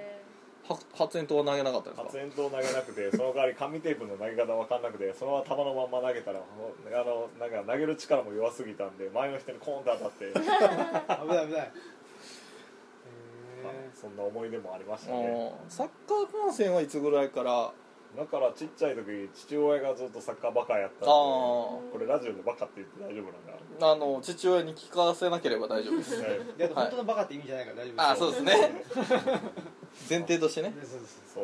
[SPEAKER 1] は発煙筒は投げなかったですか
[SPEAKER 5] 発煙筒投げな くてその代わり紙テープの投げ方分かんなくてその球のまんま投げたらあのなんか投げる力も弱すぎたんで前の人にコーンと当たって
[SPEAKER 2] 危ない危ないへ
[SPEAKER 5] まあそんな思い出もありまし
[SPEAKER 1] あ
[SPEAKER 5] たね
[SPEAKER 1] ーサッカー観戦はいつぐらいからあ
[SPEAKER 5] だからちっちゃい時父親がずっとサッカーバカやったんで
[SPEAKER 1] あ
[SPEAKER 5] こ
[SPEAKER 1] ー
[SPEAKER 5] れラジオでバカって言って大丈夫なんだ、
[SPEAKER 1] あの父親に聞かせなければ大丈夫です
[SPEAKER 5] ね
[SPEAKER 2] えいや本当のバカって意味じゃないから大丈夫ですよ
[SPEAKER 1] あそう ですね前提としてね
[SPEAKER 2] そうそうそう
[SPEAKER 5] そ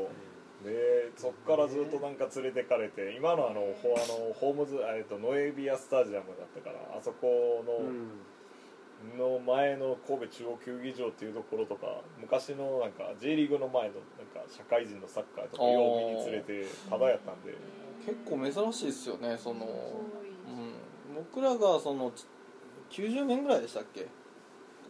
[SPEAKER 5] うでそっからずっとなんか連れてかれて今のあのほあのホームズ、えっと、ノエビアスタジアムだったからあそこの、
[SPEAKER 4] うん
[SPEAKER 5] の前の神戸中央球技場っていうところとか昔のなんか J リーグの前のなんか社会人のサッカーとか
[SPEAKER 1] あー
[SPEAKER 5] 曜日に連れてただやったんで
[SPEAKER 1] 結構珍しいですよねその、うん、僕らがそのち90年ぐらいでしたっけ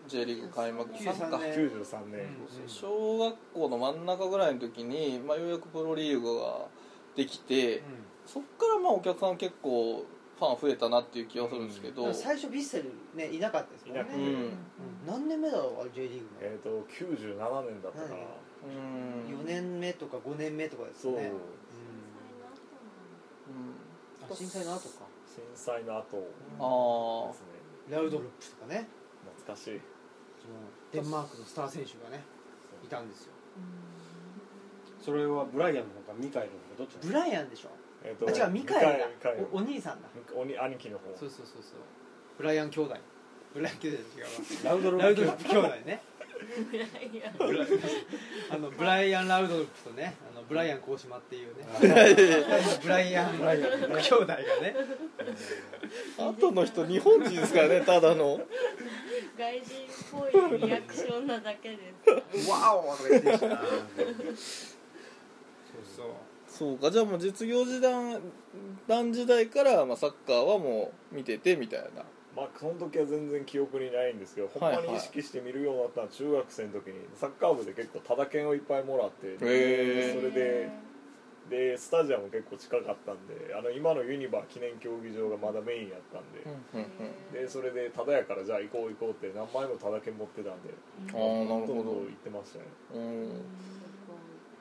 [SPEAKER 1] J リーグ開幕
[SPEAKER 2] 93
[SPEAKER 1] サッカー
[SPEAKER 2] 年
[SPEAKER 5] 93年、
[SPEAKER 1] 小学校の真ん中ぐらいの時に、まあ、ようやくプロリーグができて、そっからまあお客さん結構ファン増えたなっていう気がするんですけど、
[SPEAKER 2] うんでも最初ヴィッセルねいなかったですもんね
[SPEAKER 5] いなく
[SPEAKER 1] う
[SPEAKER 5] て
[SPEAKER 1] ん
[SPEAKER 2] うん何年目だろうあれ J リーグの
[SPEAKER 5] えっ、と97年だったから、
[SPEAKER 2] はい
[SPEAKER 1] うん
[SPEAKER 2] 4年目とか5年目とかです
[SPEAKER 5] そう
[SPEAKER 2] よね
[SPEAKER 1] うん
[SPEAKER 2] あ震災の後か
[SPEAKER 5] 震災の後
[SPEAKER 1] ああ
[SPEAKER 5] ですね
[SPEAKER 2] ラウドロップとかね
[SPEAKER 5] 懐かしい
[SPEAKER 2] デンマークのスター選手がねいたんですよ
[SPEAKER 4] それはブライアンの方かミカエルの方どっち
[SPEAKER 2] ブライアンでしょ
[SPEAKER 5] えっ、
[SPEAKER 2] あ違うミカエルだ
[SPEAKER 5] ミカエル
[SPEAKER 2] おお兄さんだ
[SPEAKER 5] お鬼兄貴の方
[SPEAKER 2] そうそうそうそうブライアン兄弟ブライアン兄弟
[SPEAKER 4] ラウド
[SPEAKER 2] 違うわ
[SPEAKER 4] ロ
[SPEAKER 2] ラウ
[SPEAKER 4] ッ
[SPEAKER 2] ド
[SPEAKER 4] プ
[SPEAKER 2] ロップ兄弟ね
[SPEAKER 7] う
[SPEAKER 2] あのブライアン・ラウドロップとねあのブライアン・コウシマっていうねブライアン兄弟がね
[SPEAKER 1] 後の人日本人ですからねただの
[SPEAKER 7] 外人っぽいリアクションなだけで
[SPEAKER 2] 「
[SPEAKER 7] す
[SPEAKER 2] ワオ!」とか言ってるしなそう
[SPEAKER 1] そうかじゃあもう実業時代団時代から、まあ、サッカーはもう見ててみたいな
[SPEAKER 5] まあ、その時は全然記憶にないんですけどほん
[SPEAKER 1] はい
[SPEAKER 5] ま
[SPEAKER 1] はい
[SPEAKER 5] に意識して見るようになったのは中学生の時にサッカー部で結構タダ券をいっぱいもらっ
[SPEAKER 1] へ
[SPEAKER 5] て、
[SPEAKER 1] ー
[SPEAKER 5] それででスタジアム結構近かったんであの今のユニバー記念競技場がまだメインやったんで、
[SPEAKER 1] うんうん
[SPEAKER 5] でそれでタダやからじゃあ行こう行こうって何枚もタダ券持ってたんで
[SPEAKER 1] あーなるほど
[SPEAKER 5] どんどん行ってましたね
[SPEAKER 1] うんうん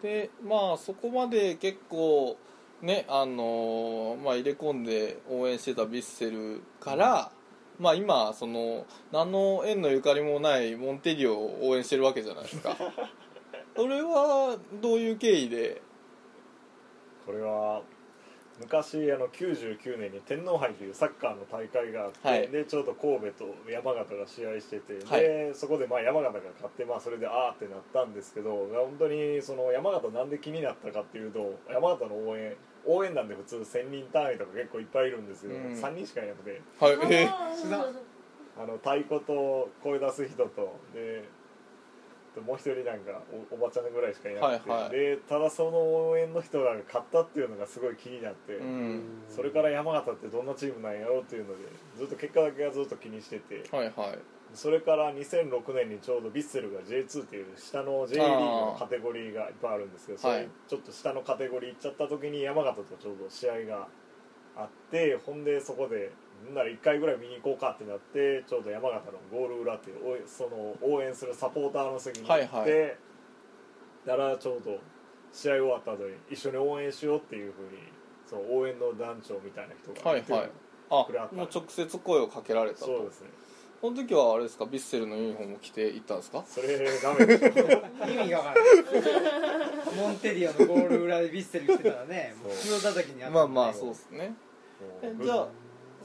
[SPEAKER 1] でまあそこまで結構ねあのーまあ、入れ込んで応援してたヴィッセルから、まあ今その何の縁のゆかりもないモンテリオを応援してるわけじゃないです かそれはどういう経緯で
[SPEAKER 5] これは昔あの99年に天皇杯というサッカーの大会があって、
[SPEAKER 1] はい
[SPEAKER 5] でちょうど神戸と山形が試合してて、
[SPEAKER 1] はい
[SPEAKER 5] でそこでまあ山形が勝って、まあ、それであーってなったんですけど本当にその山形なんで気になったかっていうと山形の応援応援団で普通1000人単位とか結構いっぱいいるんですけど、
[SPEAKER 1] うん
[SPEAKER 5] 3人しかいなくて
[SPEAKER 1] はい、え
[SPEAKER 7] う
[SPEAKER 5] あの太鼓と声出す人とでともう一人なんかおおばちゃんぐらいしかいなくて、
[SPEAKER 1] はいはい
[SPEAKER 5] でただその応援の人が勝ったっていうのがすごい気になって。
[SPEAKER 1] ーう
[SPEAKER 4] うん
[SPEAKER 1] ん、
[SPEAKER 5] それから山形ってどんなチームなんやろうっていうのでずっと結果だけはずっと気にしてて
[SPEAKER 1] はいはい
[SPEAKER 5] それから2006年にちょうどヴィッセルが J2 っていう下の J リーグのカテゴリーがいっぱいあるんですけどそ
[SPEAKER 1] はい
[SPEAKER 5] れちょっと下のカテゴリー行っちゃった時に山形とちょうど試合があってほんでそこでなんなら1回ぐらい見に行こうかってなってちょうど山形のゴール裏っていうおいその応援するサポーターの席に行って、
[SPEAKER 1] はいは
[SPEAKER 5] だからちょうど試合終わった後に一緒に応援しようっていうふうにその応援の団長みたいな人が
[SPEAKER 1] はいはいあ
[SPEAKER 5] これあった
[SPEAKER 1] もう直接声をかけられたと
[SPEAKER 5] そうですね
[SPEAKER 1] その時はあれですかヴィッセルのユニフォームを着て行ったんですか
[SPEAKER 5] それダメでしょそう
[SPEAKER 2] 意味がわからないモンテリアのゴール裏でヴィッセルしてたらねもう普通叩きにあった
[SPEAKER 1] まあまあそうですねえ
[SPEAKER 5] グッ
[SPEAKER 1] じゃあ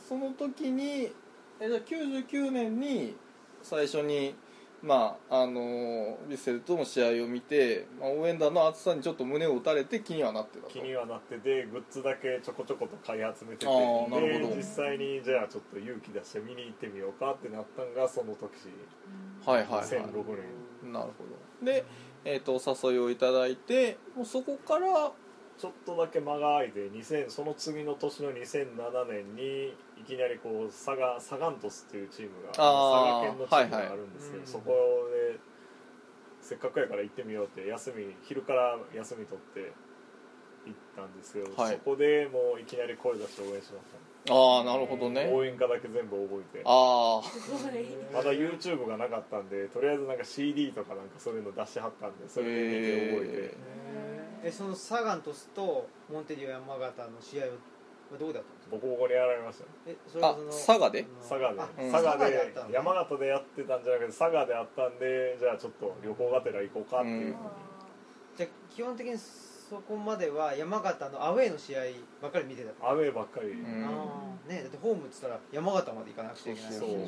[SPEAKER 1] その時にえじゃあ99年に最初にまああのーヴィッセルとの試合を見て、まあ、応援団の熱さにちょっと胸を打たれて気にはなってたと
[SPEAKER 5] 気にはなっててグッズだけちょこちょこと買い集めてて
[SPEAKER 1] あーなるほど
[SPEAKER 5] で実際にじゃあちょっと勇気出して見に行ってみようかってなったんがその時
[SPEAKER 1] はいはいはい
[SPEAKER 5] 2006
[SPEAKER 1] なるほどで、えー、とお誘いをいただいてもうそこから
[SPEAKER 5] ちょっとだけ間が空いて2000その次の年の2007年にいきなりこうサガサガントスっていうチームが
[SPEAKER 1] あー
[SPEAKER 5] 佐賀県のチームがあるんですけど、
[SPEAKER 2] はいはい
[SPEAKER 5] そこでせっかくやから行ってみようって休み昼から休み取って行ったんですけど、
[SPEAKER 1] はい
[SPEAKER 5] そこでもういきなり声出して応援しましたね
[SPEAKER 1] ああなるほどね
[SPEAKER 5] 応援歌だけ全部覚えて
[SPEAKER 1] あ
[SPEAKER 7] んすごい
[SPEAKER 5] まだ YouTube がなかったんでとりあえずなんか CD とかなんかそういうの出してはったんでそれで見て覚えて
[SPEAKER 2] えそのサガン鳥栖とモンテリオ山形の試合はどうだったんですか
[SPEAKER 5] ボコボコにやられました
[SPEAKER 2] えそ
[SPEAKER 1] あ佐賀で
[SPEAKER 2] あの
[SPEAKER 5] 佐賀で
[SPEAKER 2] あ
[SPEAKER 1] うん
[SPEAKER 5] 佐賀
[SPEAKER 2] で
[SPEAKER 5] で
[SPEAKER 2] あったのね
[SPEAKER 5] 山形でやってたんじゃなくて佐賀であったんでじゃあちょっと旅行がてら行こうかっていう
[SPEAKER 1] うん
[SPEAKER 2] じゃあ基本的にそこまでは山形のアウェーの試合ばっかり見てた
[SPEAKER 5] アウェーばっかり
[SPEAKER 1] あ、う
[SPEAKER 2] あ
[SPEAKER 1] ん、
[SPEAKER 2] あねだってホームっつったら山形まで行かなくちゃいけないわけでしょ
[SPEAKER 5] そう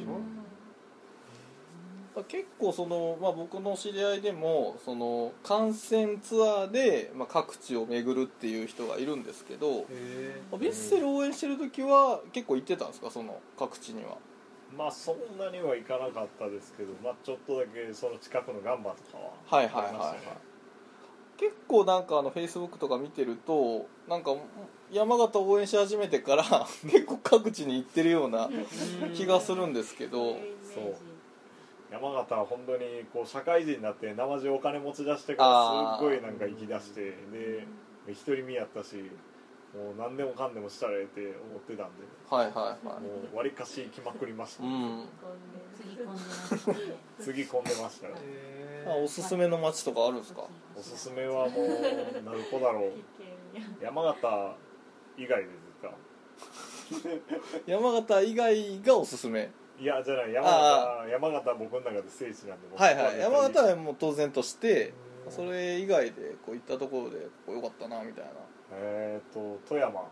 [SPEAKER 1] 結構その、まあ、僕の知り合いでもその観戦ツアーで、まあ、各地を巡るっていう人がいるんですけど
[SPEAKER 2] へ
[SPEAKER 1] ヴィッセル応援してる時は結構行ってたんですかその各地には
[SPEAKER 5] まあそんなには行かなかったですけどまあちょっとだけその近くのガンバとかは
[SPEAKER 1] はいはいはい
[SPEAKER 5] ありま
[SPEAKER 1] は
[SPEAKER 5] し
[SPEAKER 1] い
[SPEAKER 5] たね
[SPEAKER 1] 結構なんかあのフェイスブックとか見てるとなんか山形応援し始めてから 結構各地に行ってるような気がするんですけど
[SPEAKER 5] そう山形は本当にこう社会人になってなまじお金持ち出してからすっごいなんか行き出してで独り身やったしもう何でもかんでもしたらええって思ってたんで
[SPEAKER 1] はいはいは
[SPEAKER 5] もう割りかし行きまくりました、
[SPEAKER 1] いうん
[SPEAKER 6] つぎ込んでましたね
[SPEAKER 5] つぎ込んでましたね
[SPEAKER 2] え
[SPEAKER 1] あおすすめの街とかあるんですか
[SPEAKER 5] おすすめはもう鳴子だろう山形以外ですか
[SPEAKER 1] 山形以外がおすすめ
[SPEAKER 5] いやじゃない山
[SPEAKER 1] あ
[SPEAKER 5] 形山形は僕の中で聖地なんで
[SPEAKER 1] はいはい山形
[SPEAKER 5] は
[SPEAKER 1] はもう当然としてそれ以外でこう行ったところでここ良かったなみたいな
[SPEAKER 5] えっ、と富山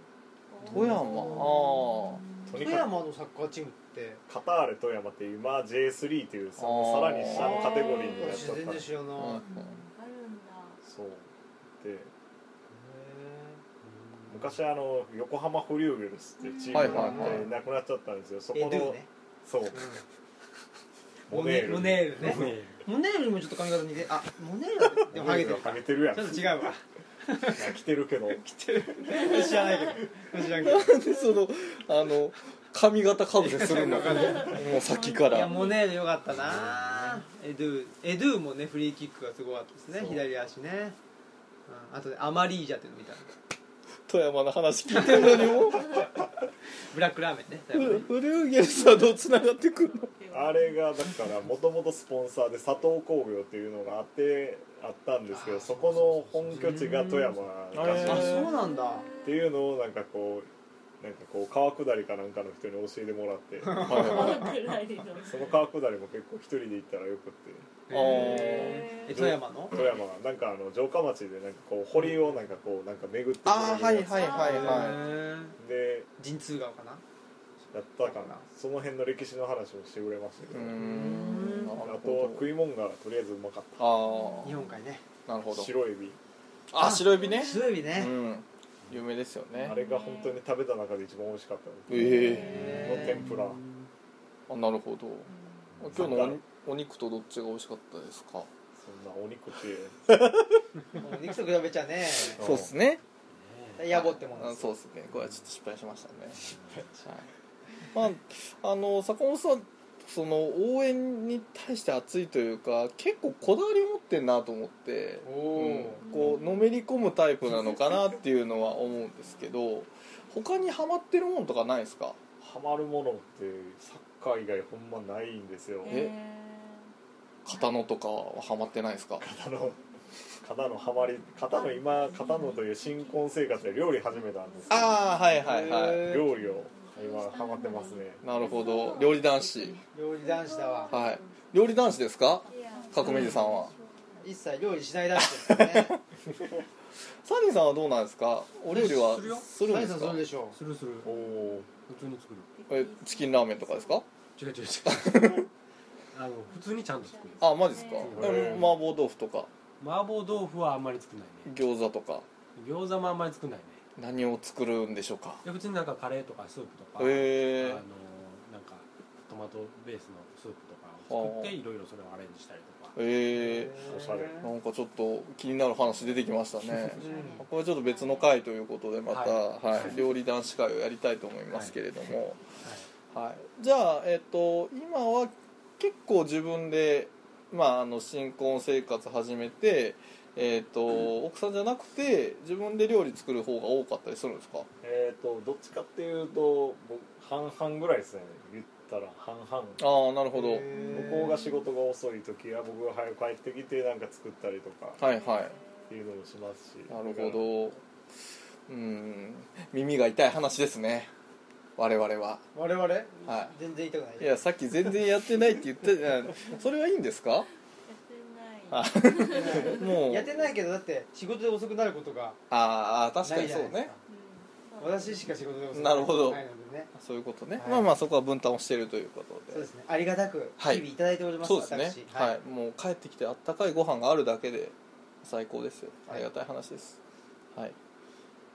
[SPEAKER 1] 富山あ
[SPEAKER 5] とに
[SPEAKER 2] 富
[SPEAKER 5] かく
[SPEAKER 2] 山のサッカーチームって
[SPEAKER 5] カターレ富山っていう今 J3 というそのさらに下のカテゴリーになっ
[SPEAKER 2] 私
[SPEAKER 5] ちゃった
[SPEAKER 2] 全然知らない、
[SPEAKER 1] あ、うん
[SPEAKER 5] そうで
[SPEAKER 2] へ
[SPEAKER 5] 昔あの横浜フリューゲルスっていうチーム
[SPEAKER 1] はい
[SPEAKER 5] が
[SPEAKER 1] は
[SPEAKER 5] あ
[SPEAKER 1] い
[SPEAKER 5] っ
[SPEAKER 1] はい
[SPEAKER 5] て亡くなっちゃったんですよそ
[SPEAKER 2] え
[SPEAKER 5] こ
[SPEAKER 2] エドゥ
[SPEAKER 5] の
[SPEAKER 2] ね
[SPEAKER 5] そう
[SPEAKER 2] モ
[SPEAKER 5] モ
[SPEAKER 2] ネ
[SPEAKER 5] ネ
[SPEAKER 2] ール
[SPEAKER 5] ール
[SPEAKER 2] モネールね
[SPEAKER 4] ね
[SPEAKER 2] モネールにもちょっと髪型似てあモネールでもハゲてる
[SPEAKER 5] ハ
[SPEAKER 2] か
[SPEAKER 5] ゲてるやん
[SPEAKER 2] ちょっと違うわ
[SPEAKER 5] 来てるけど
[SPEAKER 2] 知らないけど知らんけ
[SPEAKER 1] なん でそのあの髪型かぶせするの もう先か
[SPEAKER 2] どいや
[SPEAKER 1] ら
[SPEAKER 2] モネールよかったなエドゥエドゥもねフリーキックがすごかったですね
[SPEAKER 5] そう
[SPEAKER 2] 左足ねうんあとねアマリージャっていうの見た
[SPEAKER 1] 富山の話聞いてんのに も
[SPEAKER 2] ブラックラーメンねだいぶ
[SPEAKER 1] フ
[SPEAKER 2] ね
[SPEAKER 1] フルーゲルスはどうつながってくるの
[SPEAKER 5] あれがだからもともとスポンサーで佐藤工業っていうのがあってあったんですけどそこの本拠地が富山らしい
[SPEAKER 1] あ
[SPEAKER 2] あ
[SPEAKER 1] れ
[SPEAKER 5] です
[SPEAKER 2] そうなんだ
[SPEAKER 5] っていうのをなんかこうなんかこう川下りかなんかの人に教えてもらっ てその川下りも結構一人で行ったらよくって
[SPEAKER 2] え富山の
[SPEAKER 5] 富山はなんかあの城下町でなんかこう堀をなんかこうなんか巡ってくれる
[SPEAKER 1] ああはいはいはいは
[SPEAKER 2] へ
[SPEAKER 5] いで
[SPEAKER 2] ー神通川かな
[SPEAKER 5] やったかなその辺の歴史の話もしてくれましたけ
[SPEAKER 1] いう
[SPEAKER 5] ど
[SPEAKER 1] ー
[SPEAKER 2] うんん
[SPEAKER 1] な
[SPEAKER 5] あ
[SPEAKER 1] る
[SPEAKER 5] とは
[SPEAKER 1] ほ
[SPEAKER 5] 食い物がとりあえずうまかっ
[SPEAKER 1] ど
[SPEAKER 2] 日本海ね
[SPEAKER 1] ああなるほ
[SPEAKER 5] た
[SPEAKER 1] ど
[SPEAKER 5] 白エビ
[SPEAKER 1] あ白エビね
[SPEAKER 2] 水曜日
[SPEAKER 1] う
[SPEAKER 2] ね
[SPEAKER 1] ん有名ですよね
[SPEAKER 5] あれが本当に食べた中で一番美味しかったです
[SPEAKER 1] え
[SPEAKER 5] の天ぷら
[SPEAKER 1] えあなるほど今日のおにお肉とどっちが美味しかったですか
[SPEAKER 5] そんなお肉って
[SPEAKER 2] もう肉と比べちゃね
[SPEAKER 5] ん
[SPEAKER 1] そうですね
[SPEAKER 2] 野暮ってもん
[SPEAKER 1] あ
[SPEAKER 2] です
[SPEAKER 1] そうですねこれはちょっと失敗しましたねはいまああの坂本さんその応援に対して熱いというか結構こだわり持ってんなと思って
[SPEAKER 2] お
[SPEAKER 1] うん
[SPEAKER 2] お
[SPEAKER 1] こうのめり込むタイプなのかなっていうのは思うんですけど他にハマってるもんとかないですか
[SPEAKER 5] ハマるものってサッカー以外ほんまないんですよ
[SPEAKER 1] 片野とかはハマってないですか
[SPEAKER 5] あの肩のハマり肩の今肩のという新婚生活で料理始めたんですけど
[SPEAKER 1] ああはいはいは
[SPEAKER 2] へ
[SPEAKER 5] 料理を今ハマってますね
[SPEAKER 1] いなるほど料理男子
[SPEAKER 2] 料理男子だわ
[SPEAKER 1] はい料理男子ですか革命児さんは
[SPEAKER 2] 一切料理しない男子で すね
[SPEAKER 1] サニーさんはどうなんですかお料理は
[SPEAKER 4] するよ
[SPEAKER 1] するんです
[SPEAKER 2] 大地さん
[SPEAKER 1] か
[SPEAKER 2] そうでしょ
[SPEAKER 4] するする
[SPEAKER 5] おお
[SPEAKER 4] 普通に作る
[SPEAKER 1] えチキンラーメンとかですか
[SPEAKER 4] 違う違う違う あの普通にちゃんと作る
[SPEAKER 1] あマジですか、
[SPEAKER 5] うん
[SPEAKER 1] 麻婆豆腐とか
[SPEAKER 4] 麻婆豆腐はあんまり作んないね
[SPEAKER 1] 餃子とか
[SPEAKER 4] 餃子もあんまり作んないね
[SPEAKER 1] 何を作るんでしょうか
[SPEAKER 4] いや普通になんかカレーとかスープとか、
[SPEAKER 1] へ
[SPEAKER 4] あの
[SPEAKER 1] ー
[SPEAKER 4] なんかトマトベースのスープとかを作っていろいろそれをアレンジしたりとか
[SPEAKER 1] え
[SPEAKER 5] おしゃれ
[SPEAKER 1] ー、なんかちょっと気になる話出てきました ねこれちょっと別の回ということでまた、
[SPEAKER 4] は
[SPEAKER 1] はい
[SPEAKER 4] はい
[SPEAKER 1] 料理男子会をやりたいと思いますけれども、はいじゃあ、えっと今は結構自分で、まあ、あの新婚生活始めて、えっと奥さんじゃなくて自分で料理作る方が多かったりするんですか
[SPEAKER 5] えっ、とどっちかっていうと僕半々ぐらいですね言ったら半々
[SPEAKER 1] ああなるほど
[SPEAKER 2] へ
[SPEAKER 5] 向
[SPEAKER 2] ー
[SPEAKER 5] こうが仕事が遅い時は僕が早く帰ってきてなんか作ったりとか
[SPEAKER 1] はいはい
[SPEAKER 5] っていうのもしますし
[SPEAKER 1] なるほどうん耳が痛い話ですね我々は
[SPEAKER 2] 我々
[SPEAKER 1] は
[SPEAKER 2] 全然痛くない
[SPEAKER 1] いやさっき全然やってないって言っ てそれはいいんですかあもう
[SPEAKER 2] やってないけどだって仕事で遅くなることが
[SPEAKER 1] ああ確か
[SPEAKER 2] ない
[SPEAKER 1] に
[SPEAKER 2] じ
[SPEAKER 1] そ
[SPEAKER 2] ゃ
[SPEAKER 1] う
[SPEAKER 2] ないです
[SPEAKER 1] ね
[SPEAKER 2] か私しか仕事で遅く
[SPEAKER 1] な
[SPEAKER 2] る
[SPEAKER 1] る
[SPEAKER 2] こ
[SPEAKER 1] ほ
[SPEAKER 2] と
[SPEAKER 1] ど
[SPEAKER 2] がないのでね
[SPEAKER 1] そういうことね、
[SPEAKER 2] はい
[SPEAKER 1] まあまあそこは分担をしているということで
[SPEAKER 2] そうですねありがたく
[SPEAKER 1] はい
[SPEAKER 2] 日々いただいております
[SPEAKER 1] そうですね
[SPEAKER 2] 私
[SPEAKER 1] はい、もう帰ってきてあったかいご飯があるだけで最高ですよありがたい話ですはい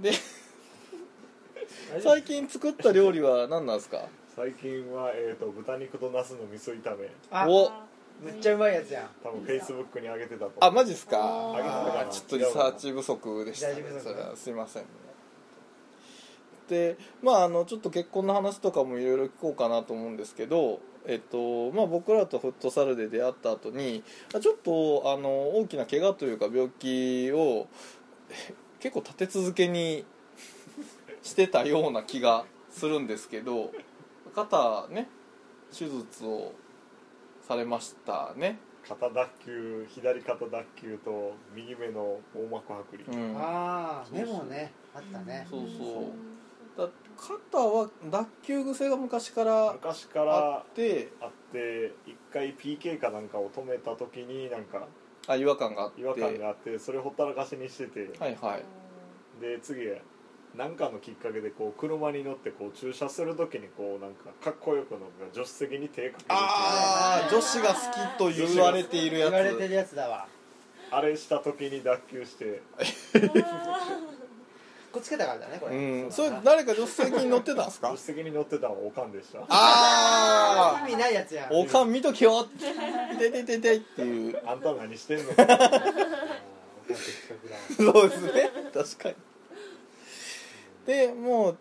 [SPEAKER 1] で最近作った料理は何なんですか
[SPEAKER 5] 最近は、えー、と豚肉と茄子の味噌炒め
[SPEAKER 2] あ
[SPEAKER 1] お
[SPEAKER 2] めっちゃうまいやつやん
[SPEAKER 5] 多分フェイスブックに上げてたと
[SPEAKER 1] あマジっすか
[SPEAKER 7] あー
[SPEAKER 1] あーちょっとリサーチ不足でしたね
[SPEAKER 2] 大丈夫です
[SPEAKER 1] それはすいませんねでまああのちょっと結婚の話とかもいろいろ聞こうかなと思うんですけどえっとまあ、僕らとフットサルで出会った後にあちょっとあの大きな怪我というか病気をえ結構立て続けにしてたような気がするんですけど肩ね手術をされましたね、
[SPEAKER 5] 肩脱臼左肩脱臼と右目の網膜剥離、
[SPEAKER 1] うん、
[SPEAKER 2] ああ
[SPEAKER 1] そう
[SPEAKER 2] で
[SPEAKER 1] そう
[SPEAKER 2] もねあったね
[SPEAKER 1] そうだ肩は脱臼癖が昔から
[SPEAKER 5] 昔か
[SPEAKER 1] あ
[SPEAKER 5] ら
[SPEAKER 1] って
[SPEAKER 5] あって一回 PK かなんかを止めた時になんか
[SPEAKER 1] あ違和感があって
[SPEAKER 5] 違和感があってそれほったらかしにしてて、
[SPEAKER 1] はいはい
[SPEAKER 5] で次なんかのきっかけでこう車に乗ってこう駐車する時にこうなんかかっこよくのが助手席に手かけるっていう
[SPEAKER 1] ああ女子が好きと言われているや
[SPEAKER 2] 言
[SPEAKER 1] つ
[SPEAKER 2] われてるやつだわ
[SPEAKER 5] あれした時に脱臼して
[SPEAKER 2] こっちけたからだねこれ
[SPEAKER 1] うんそれ
[SPEAKER 2] だな
[SPEAKER 1] 誰か女子席に乗ってたんです
[SPEAKER 5] 助
[SPEAKER 1] か
[SPEAKER 5] 手席に乗ってたのはおかんでした
[SPEAKER 1] ああ
[SPEAKER 2] 意味ないやつやん
[SPEAKER 1] おかん見とけよででででっていう
[SPEAKER 5] あんた何してんのかな
[SPEAKER 1] そうですね確かにでもう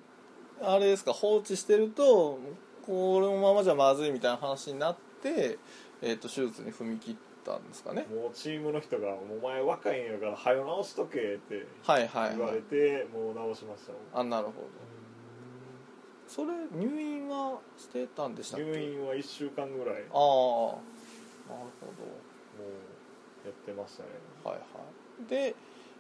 [SPEAKER 1] あれですか放置してるとこのままじゃまずいみたいな話になって、えー、と手術に踏み切っったんですかね
[SPEAKER 5] もうチームの人が「お前若いんやから早よ直しとけ」って
[SPEAKER 1] はいはい
[SPEAKER 5] 言わ
[SPEAKER 1] は
[SPEAKER 5] れ
[SPEAKER 1] い
[SPEAKER 5] て、もう直しました
[SPEAKER 1] あなるほどそれ入院はしてたんでしたっけ
[SPEAKER 5] 入院は1週間ぐら
[SPEAKER 1] あ
[SPEAKER 5] い
[SPEAKER 1] あ
[SPEAKER 5] も
[SPEAKER 1] なるほ
[SPEAKER 5] うやってましたね
[SPEAKER 1] どはいはいで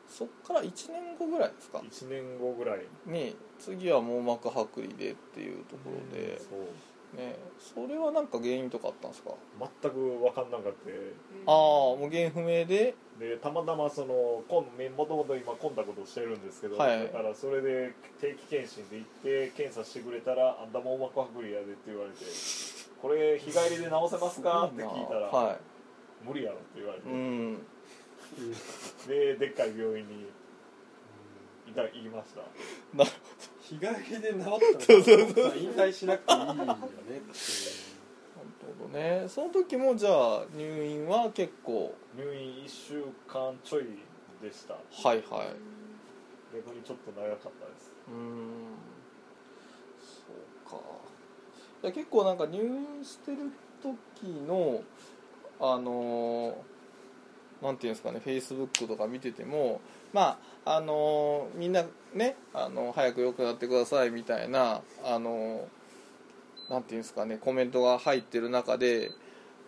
[SPEAKER 1] そっから1年後ぐらいですか
[SPEAKER 5] 1年後ぐらい
[SPEAKER 1] に次は網膜剥離でっていうところで、
[SPEAKER 5] そう
[SPEAKER 1] ね、それはなんか原因とかあったんですか
[SPEAKER 5] 全く分かんなかって
[SPEAKER 1] ああもう原因不明で
[SPEAKER 5] でたまたまそのこんもともと今コンタクトしてるんですけど、
[SPEAKER 1] はい
[SPEAKER 5] だからそれで定期検診で行って検査してくれたら「あんた網膜剥離やで」って言われて「これ日帰りで治せますか?」って聞いたら「
[SPEAKER 1] は
[SPEAKER 5] 無理やろ」って言われて
[SPEAKER 1] い、うん
[SPEAKER 5] ででっかい病院に行か行きました
[SPEAKER 1] な
[SPEAKER 4] 日帰りで治ったらそうそうそう引退しなくていいよねって
[SPEAKER 1] なるほどねその時もじゃあ入院は結構
[SPEAKER 5] 入院1週間ちょいでした
[SPEAKER 1] はいはい
[SPEAKER 5] 逆にちょっと長かったです
[SPEAKER 1] うーんそうかいや結構なんか入院してる時のあのーなんていうんですかねフェイスブックとか見ててもまああのーみんなねあの早く良くなってくださいみたいなあのーなんていうんですかねコメントが入ってる中で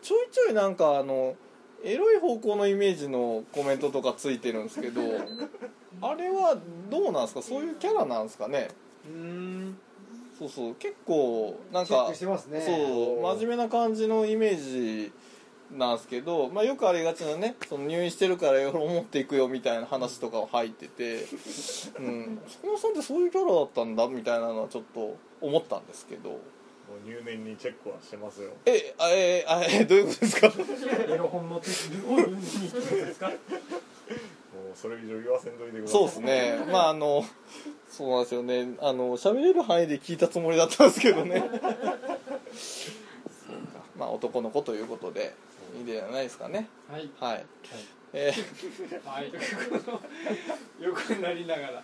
[SPEAKER 1] ちょいちょいなんかあのエロい方向のイメージのコメントとかついてるんですけどあれはどうなんですかそういうキャラなんですかね
[SPEAKER 2] うーん
[SPEAKER 1] そうそう結構なん
[SPEAKER 2] チェッ
[SPEAKER 1] か
[SPEAKER 2] クしてますね
[SPEAKER 1] そう真面目な感じのイメージなんですけど、まあ、よくありがちなねその入院してるからエロ持っていくよみたいな話とかを入ってて、うん、そもそもってそういうキャラだったんだみたいなのはちょっと思ったんですけど
[SPEAKER 5] もう入念にチェックはしてますよ
[SPEAKER 1] えあえあえどういうことですか
[SPEAKER 4] エロ本の手を読みに行くんですか
[SPEAKER 5] もうそれ以上言わせんといてください
[SPEAKER 1] そうですねまああのそうなんですよねあの喋れる範囲で聞いたつもりだったんですけどねそうかまあ男の子ということでいいんじゃないですかね
[SPEAKER 2] はい
[SPEAKER 1] はい、えー
[SPEAKER 2] はい、 横になりながら。い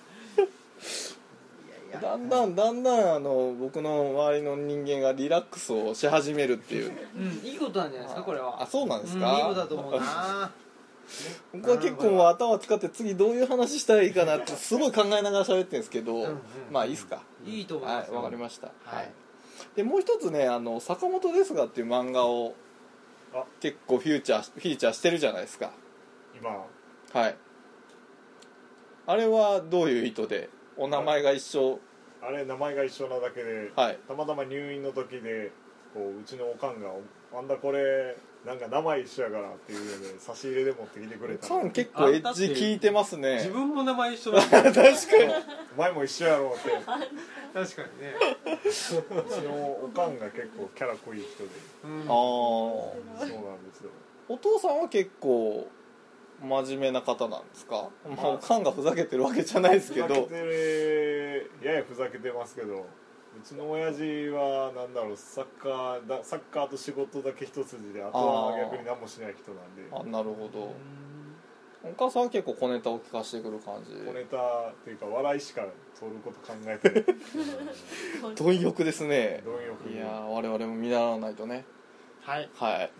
[SPEAKER 2] やいや、
[SPEAKER 1] だんだんだんだんあの僕の周りの人間がリラックスをし始めるっていう
[SPEAKER 2] うん、いいことなんじゃないですか、これは。
[SPEAKER 1] あそうなんです
[SPEAKER 2] うんいい
[SPEAKER 1] か、
[SPEAKER 2] ことだと思 うな。
[SPEAKER 1] 僕は結構もう頭使って次どういう話したらいいかなってすごい考えながら喋ってるんですけど、
[SPEAKER 2] んうん
[SPEAKER 1] まあいいっすか、
[SPEAKER 2] いいと思い
[SPEAKER 1] は
[SPEAKER 2] ま
[SPEAKER 1] い
[SPEAKER 2] す。
[SPEAKER 1] わかりました、
[SPEAKER 2] はい
[SPEAKER 1] でもう一つねあの「坂本ですが」っていう漫画を
[SPEAKER 5] あ
[SPEAKER 1] 結構フューチャーフィーチャーしてるじゃないですか
[SPEAKER 5] 今
[SPEAKER 1] はいあれはどういう意図でお名前が一緒
[SPEAKER 5] あれ名前が一緒なだけで
[SPEAKER 1] はい
[SPEAKER 5] たまたま入院の時でこううちのおかんが「あんたこれなんか名前一緒やから」っていうので差し入れで持ってきてくれた
[SPEAKER 1] さん結構エッジ効いてますね
[SPEAKER 4] 自分も名前一緒だ
[SPEAKER 1] 確かに
[SPEAKER 5] お前も一緒やろ」ってう
[SPEAKER 2] 確かにね。
[SPEAKER 5] ちのおかんが結構キャラ濃い人で
[SPEAKER 2] うん
[SPEAKER 1] あー
[SPEAKER 5] そうなんですよ
[SPEAKER 1] お父さんは結構真面目な方なんですか、まあ、おかんがふざけてるわけじゃないですけ
[SPEAKER 5] ふざけ
[SPEAKER 1] ど
[SPEAKER 5] てるややふざけてますけどうちの親父はなんだろうサッカーだサッカーと仕事だけ一筋であとは逆に何もしない人なんで
[SPEAKER 1] あなるほど
[SPEAKER 2] うん
[SPEAKER 1] お母さんは結構小ネタを聞かしてくる感じ
[SPEAKER 5] 小ネタっていうか笑いしか取ること考えてない
[SPEAKER 1] 貪欲ですね
[SPEAKER 5] 貪欲
[SPEAKER 1] い
[SPEAKER 5] に
[SPEAKER 1] やー我々も見習わないとね
[SPEAKER 2] はい。
[SPEAKER 1] はい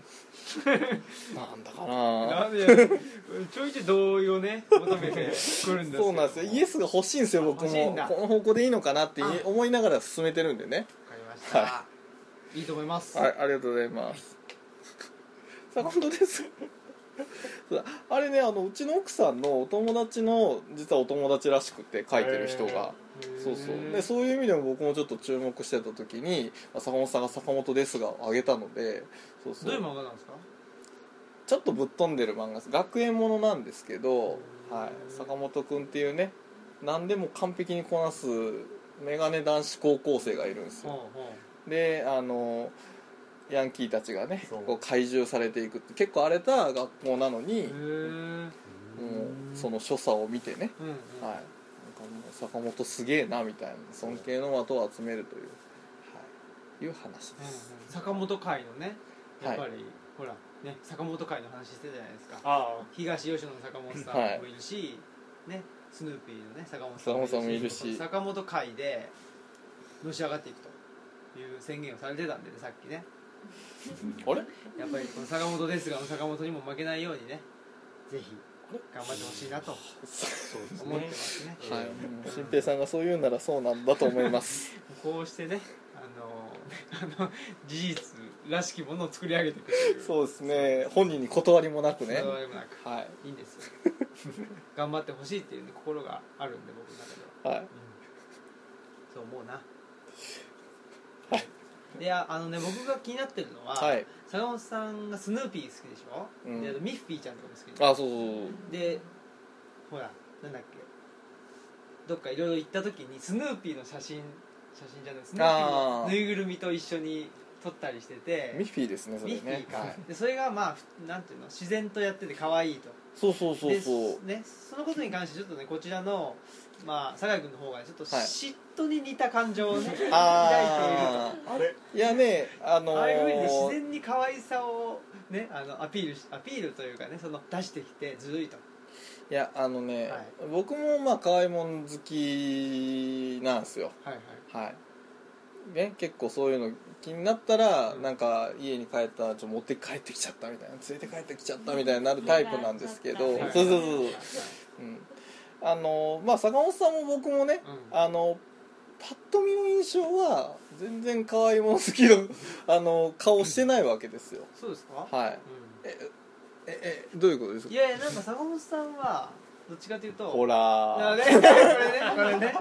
[SPEAKER 1] なんだかな
[SPEAKER 2] なんで、 ちょいちょい同意をね、求めてくるんですけど。
[SPEAKER 1] そうなんですよイエスが欲しいんですよ僕
[SPEAKER 2] 欲しい
[SPEAKER 1] も
[SPEAKER 2] んだ
[SPEAKER 1] この方向でいいのかなって
[SPEAKER 2] あ
[SPEAKER 1] 思いながら進めてるんでね
[SPEAKER 2] わかりました。いいと思います。
[SPEAKER 1] はい、ありがとうござい ます。坂本です。そうだあれね、あのうちの奥さんのお友達の実はお友達らしくて書いてる人が、そうそう。で、そういう意味でも僕もちょっと注目してた時に、あ坂本さんが坂本ですがあげたので、そうそ
[SPEAKER 2] どういう
[SPEAKER 1] う。
[SPEAKER 2] 漫画なんですか。
[SPEAKER 1] ちょっとぶっ飛んでる漫画です。学園ものなんですけど、はい、坂本くんっていうね、何でも完璧にこなすメガネ男子高校生がいるんですよ。
[SPEAKER 2] ほうほ
[SPEAKER 1] であのヤンキーたちがね
[SPEAKER 5] そう
[SPEAKER 1] こう怪獣されていくって結構荒れた学校なのに
[SPEAKER 2] う。へ、ー
[SPEAKER 1] もうその所作を見てね、
[SPEAKER 2] うん、うん。
[SPEAKER 1] はい、なんかもう坂本すげえなみたいな尊敬の的を集めるという、はい、いう話
[SPEAKER 2] う
[SPEAKER 1] で
[SPEAKER 2] ん
[SPEAKER 1] す、
[SPEAKER 2] うん坂本会のねやっぱり、
[SPEAKER 1] は
[SPEAKER 2] ほらね坂本会の話してたじゃないですか
[SPEAKER 5] あ
[SPEAKER 2] 東吉野の坂本さ
[SPEAKER 1] はい
[SPEAKER 2] んもいるし、ね、スヌーピーのね坂本
[SPEAKER 1] 坂本さ
[SPEAKER 2] さ
[SPEAKER 1] ん
[SPEAKER 2] ん
[SPEAKER 1] も
[SPEAKER 2] も
[SPEAKER 1] い
[SPEAKER 2] い
[SPEAKER 1] る
[SPEAKER 2] る
[SPEAKER 1] し
[SPEAKER 2] し坂本会でのし上がっていくという宣言をされてたんでねさっきね
[SPEAKER 5] あ
[SPEAKER 1] あれ
[SPEAKER 2] やっぱりこの坂本ですが坂本にも負けないようにねぜひ頑張ってほしいなと
[SPEAKER 4] そうです
[SPEAKER 2] 思って
[SPEAKER 4] ね
[SPEAKER 2] ますね
[SPEAKER 1] はい、新平さんがそう言うならそうなんだと思います。
[SPEAKER 2] こうしてねあの あの事実らしきものを作り上げていくという
[SPEAKER 1] そうですね、本人に断りもなくね。
[SPEAKER 2] そうでもなく
[SPEAKER 1] はい、
[SPEAKER 2] いんですよ 頑張ってほしいっていう、ね、心があるんで僕の中ではい
[SPEAKER 1] はい、
[SPEAKER 2] そう思うなはいやあのね僕が気になってるのは、
[SPEAKER 1] はい、
[SPEAKER 2] 坂本さんがスヌーピー好きでしょ、
[SPEAKER 1] うん
[SPEAKER 2] であとミッフィーちゃんとかも好きでしょ
[SPEAKER 1] あ、そうそう
[SPEAKER 2] でほらなんだっけどっかいろいろ行った時にスヌーピーの写真写真じゃないスヌーピー
[SPEAKER 1] あ
[SPEAKER 2] の
[SPEAKER 1] ー
[SPEAKER 2] ぬいぐるみと一緒に撮ったりしてて
[SPEAKER 1] そう、ミッフィーですね、それ
[SPEAKER 2] ミッフィ
[SPEAKER 1] ね
[SPEAKER 2] ー。か、
[SPEAKER 1] はい、
[SPEAKER 2] でそれがまあふなんていうの自然とやってて可愛いと
[SPEAKER 1] そうそうそうそう
[SPEAKER 2] で。ね、そのことに関してちょっとねこちらの、まあ、酒井君の方がちょっと
[SPEAKER 1] はい
[SPEAKER 2] 嫉妬に似た感情をね、抱い
[SPEAKER 1] あ
[SPEAKER 2] ている
[SPEAKER 5] あれ
[SPEAKER 1] あ、いやね、あ
[SPEAKER 2] と
[SPEAKER 1] の
[SPEAKER 2] ああいうふうにね自
[SPEAKER 1] ー、
[SPEAKER 2] 然に可愛さを、ね、あのアピールしアピールというかねその出してきてずるいと
[SPEAKER 1] いや、あのね、
[SPEAKER 2] はい
[SPEAKER 1] 僕もまあ可愛いもん好きなんですよ。
[SPEAKER 2] はいはい
[SPEAKER 1] はい。ね、結構そういうの気になったら、
[SPEAKER 2] うん
[SPEAKER 1] なんか家に帰ったらちょっと持って帰ってきちゃったみたいな連れて帰ってきちゃったみたいになるタイプなんですけど、そ
[SPEAKER 7] うん
[SPEAKER 1] う
[SPEAKER 2] はい
[SPEAKER 1] そうそうそう、うん、あのまあ坂本さんも僕もね、
[SPEAKER 2] うん
[SPEAKER 1] あのパッと見の印象は全然可愛いもの好きの あの顔してないわけですよ、
[SPEAKER 2] そうですか、
[SPEAKER 1] はい
[SPEAKER 2] うん
[SPEAKER 1] えええどういうことですか
[SPEAKER 2] いやいやなんか坂本さんはどっちかというと
[SPEAKER 1] ほ
[SPEAKER 2] あ
[SPEAKER 1] ら
[SPEAKER 2] ねこれねこれね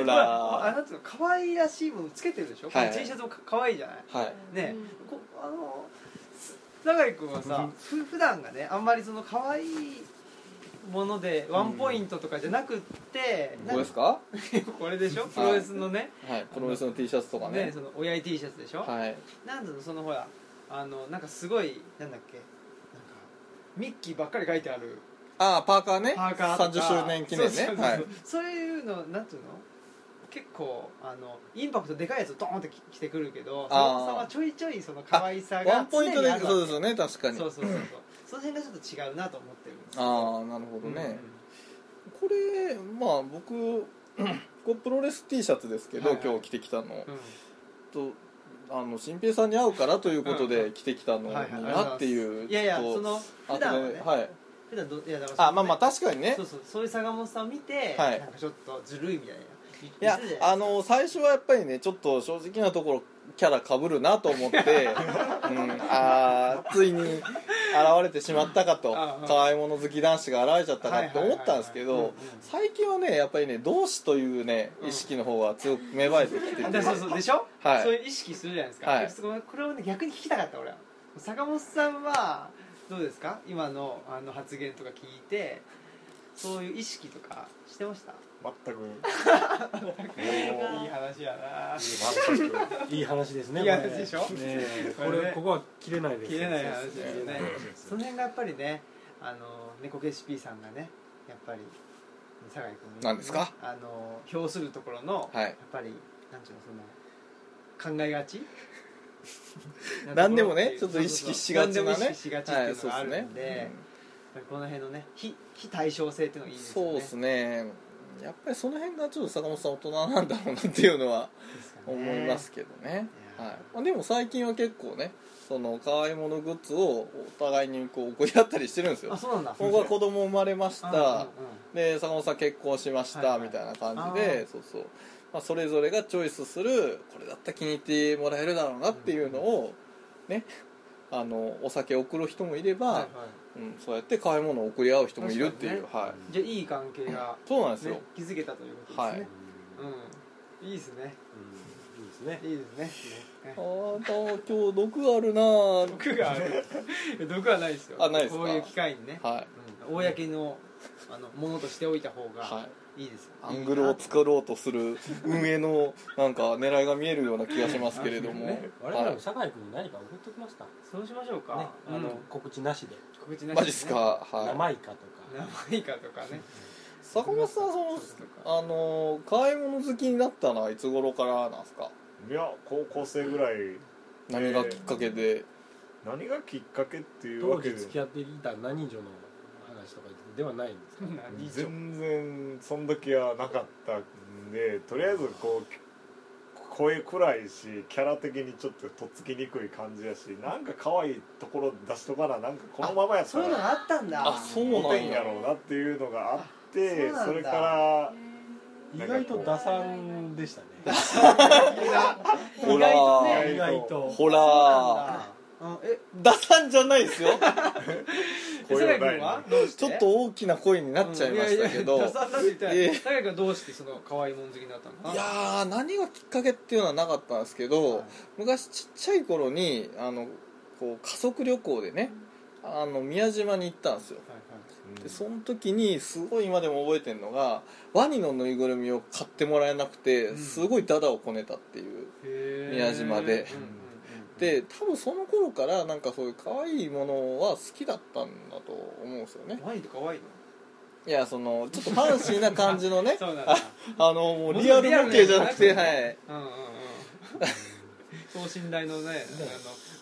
[SPEAKER 1] ほ
[SPEAKER 2] まあ、あ
[SPEAKER 1] ら
[SPEAKER 2] なたの可愛らしいものつけてるでしょ、
[SPEAKER 1] はい
[SPEAKER 2] この T シャツもか可愛いじゃない
[SPEAKER 1] はい
[SPEAKER 2] ね
[SPEAKER 7] うん
[SPEAKER 2] こあのす永井君はさふ普段がねあんまりその可愛いものでワンポイントとかじゃなくって、
[SPEAKER 1] こ
[SPEAKER 2] な
[SPEAKER 1] れ
[SPEAKER 2] ん
[SPEAKER 1] ですか
[SPEAKER 2] かこれでしょプロレスのね,、
[SPEAKER 1] はいプロレスの T シャツとか
[SPEAKER 2] ね
[SPEAKER 1] ね
[SPEAKER 2] その親父 T シャツでしょ、
[SPEAKER 1] はい
[SPEAKER 2] なんだろうそのほらあのなんかすごいなんだっけなんかミッキーばっかり書いてある
[SPEAKER 1] ああパーカーね
[SPEAKER 2] パーカーとか
[SPEAKER 1] 30周年記念
[SPEAKER 2] そうそ
[SPEAKER 1] ね
[SPEAKER 2] うそう
[SPEAKER 1] はい
[SPEAKER 2] そういうのなんていうの結構あのインパクトでかいやつドーンってき着てくるけ
[SPEAKER 1] あー
[SPEAKER 2] ど坂本さんはちょいちょいその可愛さ
[SPEAKER 1] ワ
[SPEAKER 2] が
[SPEAKER 1] ンポ
[SPEAKER 2] 常
[SPEAKER 1] イン
[SPEAKER 2] に
[SPEAKER 1] ト
[SPEAKER 2] ある
[SPEAKER 1] で
[SPEAKER 2] わけ
[SPEAKER 1] そうですよね確かに
[SPEAKER 2] そうそうそうそうその辺がちょっと違うなと思ってるんです
[SPEAKER 1] ああなるほどね、これまあ僕 こうプロレス T シャツですけど、
[SPEAKER 2] はいはい
[SPEAKER 1] 今日着てきたの
[SPEAKER 2] うんうん
[SPEAKER 1] とあの新平さんに会うからということ
[SPEAKER 2] うんう
[SPEAKER 1] で着てきたのに
[SPEAKER 2] はいはい
[SPEAKER 1] なっていう
[SPEAKER 2] いやいや
[SPEAKER 1] ちょっと
[SPEAKER 2] その
[SPEAKER 1] あ
[SPEAKER 2] 普段は
[SPEAKER 1] と
[SPEAKER 2] ね
[SPEAKER 1] はい
[SPEAKER 2] 普段どいやだから
[SPEAKER 1] あまあまあ確かにね
[SPEAKER 2] そうそうそういう坂本さんを見て、
[SPEAKER 1] はい
[SPEAKER 2] なんかちょっとずるいみたいない
[SPEAKER 1] や
[SPEAKER 2] 言ってたじゃない
[SPEAKER 1] あの最初はやっぱりねちょっと正直なところキャラ被るなと思 って、うん、あーついに現れてしまったかと
[SPEAKER 2] ああ
[SPEAKER 1] 可愛いもの好き男子が現れちゃったかと思ったんですけ
[SPEAKER 2] はいはい
[SPEAKER 1] ど
[SPEAKER 2] はいはいうんうん
[SPEAKER 1] 最近はねやっぱりね同志というね
[SPEAKER 2] うん
[SPEAKER 1] 意識の方が強く芽生えてきてて、
[SPEAKER 2] でそうそうでしょ、
[SPEAKER 1] はい
[SPEAKER 2] そういう意識するじゃないですか、
[SPEAKER 1] はい
[SPEAKER 2] そここれをね逆に聞きたかった俺は坂本さんはどうですか今のあの発言とか聞いてそういう意識とかしてました
[SPEAKER 5] 全く
[SPEAKER 2] いい話やない
[SPEAKER 4] い話ですね
[SPEAKER 2] いい話でしょ
[SPEAKER 4] これねえ
[SPEAKER 2] こ
[SPEAKER 4] こ
[SPEAKER 2] れね
[SPEAKER 4] れここは切れないです
[SPEAKER 2] 切れない話です
[SPEAKER 4] そう
[SPEAKER 2] よ
[SPEAKER 4] です
[SPEAKER 2] ねその辺がやっぱりねあの猫ケシピさんがねやっぱり酒井君のね
[SPEAKER 1] なんですか
[SPEAKER 2] あの評するところの、
[SPEAKER 1] はい
[SPEAKER 2] やっぱりなんていうのその考え がち
[SPEAKER 1] 何でもねちょっと意識しがちなね
[SPEAKER 2] 何でも意識しがちっていうのがあるんで,、
[SPEAKER 1] はい
[SPEAKER 2] この辺のね非非対称性っていうのがいいですよね
[SPEAKER 1] そうですねやっぱりその辺がちょっと坂本さん大人なんだろうなっていうのは
[SPEAKER 2] ですかね
[SPEAKER 1] 思いますけどね、
[SPEAKER 2] いや
[SPEAKER 1] はいまあ、でも最近は結構ねその可愛いものグッズをお互いにこう怒り合ったりしてるんです
[SPEAKER 2] あ
[SPEAKER 1] よ
[SPEAKER 2] そうなんだ
[SPEAKER 1] 僕は子供生まれまし
[SPEAKER 2] うんうんうん
[SPEAKER 1] たで坂本さん結婚しまし
[SPEAKER 2] はいは
[SPEAKER 1] た
[SPEAKER 2] い
[SPEAKER 1] みたいな感じ
[SPEAKER 2] あ
[SPEAKER 1] で
[SPEAKER 2] ー
[SPEAKER 1] そうそう、まあ、それぞれがチョイスするこれだったら気に入ってもらえるだろうなっていうのをねあのお酒を送る人もいれば、
[SPEAKER 2] はいはい
[SPEAKER 1] うん、そうやって可愛いものを送り合う人もいるっていう、
[SPEAKER 2] 確
[SPEAKER 1] は
[SPEAKER 2] じゃあいい関係が、
[SPEAKER 1] い、そうなんですよ、
[SPEAKER 2] ね、気づけたということですね、うんいいですね
[SPEAKER 4] うんいいですね
[SPEAKER 2] いいですねね
[SPEAKER 1] あー今日毒あるなぁ
[SPEAKER 2] 毒がある毒はないですよ
[SPEAKER 1] あないですか
[SPEAKER 2] こういう機会にね、
[SPEAKER 1] はい
[SPEAKER 2] うん公のあのものとしておいた方
[SPEAKER 1] は
[SPEAKER 2] が
[SPEAKER 1] い
[SPEAKER 2] いいですよ、
[SPEAKER 1] アングルを作ろうとする運営のなんか狙いが見えるような気がしますけれども、
[SPEAKER 2] ね
[SPEAKER 4] 我
[SPEAKER 1] は
[SPEAKER 4] 々
[SPEAKER 1] い
[SPEAKER 4] も、酒井君に何か送っておきましたね
[SPEAKER 2] そうしましょうか、
[SPEAKER 4] あの告知なしで
[SPEAKER 2] 告知なし、ね、
[SPEAKER 1] マジっすか、は
[SPEAKER 4] 生イカと
[SPEAKER 2] 名
[SPEAKER 4] か
[SPEAKER 2] 前かとかね
[SPEAKER 1] い、坂本さんは
[SPEAKER 2] そう
[SPEAKER 1] そのあの買い物好きになったのはいつ頃からなんですか
[SPEAKER 5] いや高校生ぐらい
[SPEAKER 1] 何がきっかけで、
[SPEAKER 5] 何がきっかけっていう
[SPEAKER 4] 当
[SPEAKER 5] わけ
[SPEAKER 4] 時
[SPEAKER 5] で
[SPEAKER 4] 付き合っていた何女の話とかではないんですか
[SPEAKER 2] 何
[SPEAKER 5] 全然その時はなかったんでとりあえずこう声暗いしキャラ的にちょっととっつきにくい感じやしなんか可愛いところ出しとかななんかこのままやった
[SPEAKER 2] そういうの
[SPEAKER 5] ら
[SPEAKER 2] があったんだ
[SPEAKER 1] あそう
[SPEAKER 5] モ
[SPEAKER 1] な
[SPEAKER 5] テん
[SPEAKER 1] ん
[SPEAKER 5] や
[SPEAKER 1] や
[SPEAKER 5] ろうなっていうのがあっ
[SPEAKER 2] あそ
[SPEAKER 5] てそ
[SPEAKER 2] うなんだ
[SPEAKER 5] れから
[SPEAKER 4] 意外と打算でしたね
[SPEAKER 1] ほ
[SPEAKER 2] 意外と
[SPEAKER 1] ら
[SPEAKER 2] ね
[SPEAKER 4] 意外と
[SPEAKER 1] ほら
[SPEAKER 2] そうなんだうんえ
[SPEAKER 1] 出さんじゃない ですよ
[SPEAKER 2] え
[SPEAKER 5] 声
[SPEAKER 2] 酒井
[SPEAKER 5] を大
[SPEAKER 2] 君
[SPEAKER 5] に
[SPEAKER 2] はどうして
[SPEAKER 1] ちょっと大きな声になっちゃいましたけど、
[SPEAKER 2] うん
[SPEAKER 1] い
[SPEAKER 2] いやいやダサって言ったら
[SPEAKER 1] ええ
[SPEAKER 2] 酒井君はどうしてその可愛いもん好きになったのかな
[SPEAKER 1] やー何がきっかけっていうのはなかったんですけど、
[SPEAKER 2] はい
[SPEAKER 1] 昔ちっちゃい頃にあのこう家族旅行でねあの宮島に行ったんですよでその時にすごい今でも覚えてるのがワニのぬいぐるみを買ってもらえなくて
[SPEAKER 2] ん
[SPEAKER 1] すごいダダをこねたっていう、
[SPEAKER 2] へー
[SPEAKER 1] 宮島で
[SPEAKER 2] うんうんうん
[SPEAKER 1] で多分その頃からなんかそういう可愛いものは好きだったんだと思うんですよね
[SPEAKER 2] ワインって可愛いの
[SPEAKER 1] いやそのちょっとファンシーな感じのね
[SPEAKER 2] そうなんだ
[SPEAKER 1] あのもうリアル模型じゃ なくて
[SPEAKER 2] リアルな
[SPEAKER 1] は
[SPEAKER 2] や
[SPEAKER 1] い
[SPEAKER 2] うんうんうん等身大のね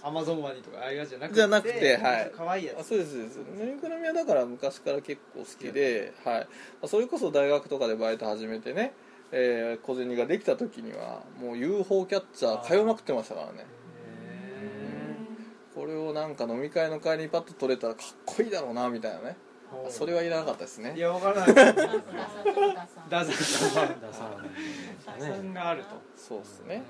[SPEAKER 2] あのアマゾンワニとかああいうやつじゃなくて
[SPEAKER 1] じゃなくてはい
[SPEAKER 2] 可愛いや
[SPEAKER 1] あ
[SPEAKER 2] つ
[SPEAKER 1] そうですそうですぬいぐるみはだから昔から結構好きで、はいまあ、それこそ大学とかでバイト始めてね、えー小銭ができた時にはもう UFO キャッチャー通いまくってましたからね
[SPEAKER 2] へ
[SPEAKER 1] これをなんか飲み会の帰りにパッと取れたらかっこいいだろうなみたいなね
[SPEAKER 2] ー
[SPEAKER 1] それはいらなかったです
[SPEAKER 2] い
[SPEAKER 1] ね
[SPEAKER 2] やわからない
[SPEAKER 6] ダサ
[SPEAKER 2] ダ ザさん
[SPEAKER 4] 打算
[SPEAKER 2] ダザさんがあると
[SPEAKER 1] そうですね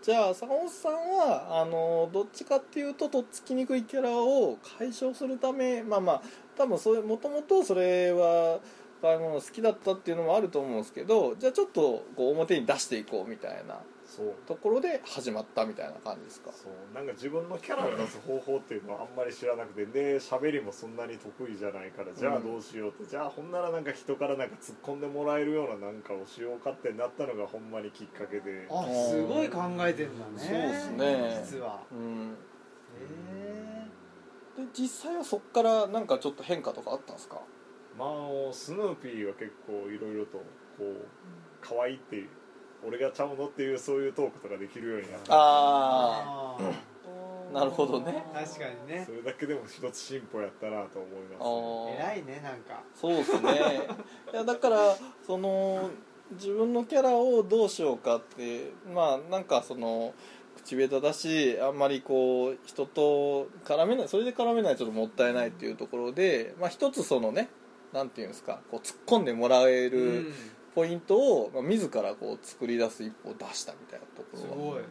[SPEAKER 1] じゃあ坂本さんはあのどっちかっていうととっつきにくいキャラを解消するためまあまあ多分それもともとそれはあの好きだったっていうのもあると思うんですけどじゃあちょっとこう表に出していこうみたいな
[SPEAKER 5] そう
[SPEAKER 1] ところで始まったみたいな感じですか
[SPEAKER 5] そうなんか自分のキャラを出す方法っていうのはあんまり知らなくてで喋りもそんなに得意じゃないからじゃあどうしようと、じゃあほんならなんか人からなんか突っ込んでもらえるようななんかをしようかってなったのがほんまにきっかけで
[SPEAKER 2] あすごい考えてんだね
[SPEAKER 1] そうですね
[SPEAKER 2] 実は
[SPEAKER 1] うん
[SPEAKER 2] へ
[SPEAKER 1] で実際はそっからなんかちょっと変化とかあったんですか
[SPEAKER 5] まあスヌーピーは結構いろいろとこう可愛いっていう俺がちゃうのっていうそういうトークとかできるようになって
[SPEAKER 1] あ
[SPEAKER 2] あ
[SPEAKER 1] なるほどね
[SPEAKER 2] ー確かにね
[SPEAKER 5] それだけでも一つ進歩やったなと思い
[SPEAKER 1] あ
[SPEAKER 5] ま
[SPEAKER 2] 偉いねなんか
[SPEAKER 1] そうですね いやだからその自分のキャラをどうしようかってまあなんかその口下手だしあんまりこう人と絡めないそれで絡めないとちょっともったいないっていうところで、まあ、一つそのねなんていうんですかこう突っ込んでもらえ
[SPEAKER 2] う
[SPEAKER 1] るポイントを、まあ、自らこう作り出す一歩を出したみたいなと
[SPEAKER 2] す
[SPEAKER 1] こ
[SPEAKER 2] ごい
[SPEAKER 1] ろは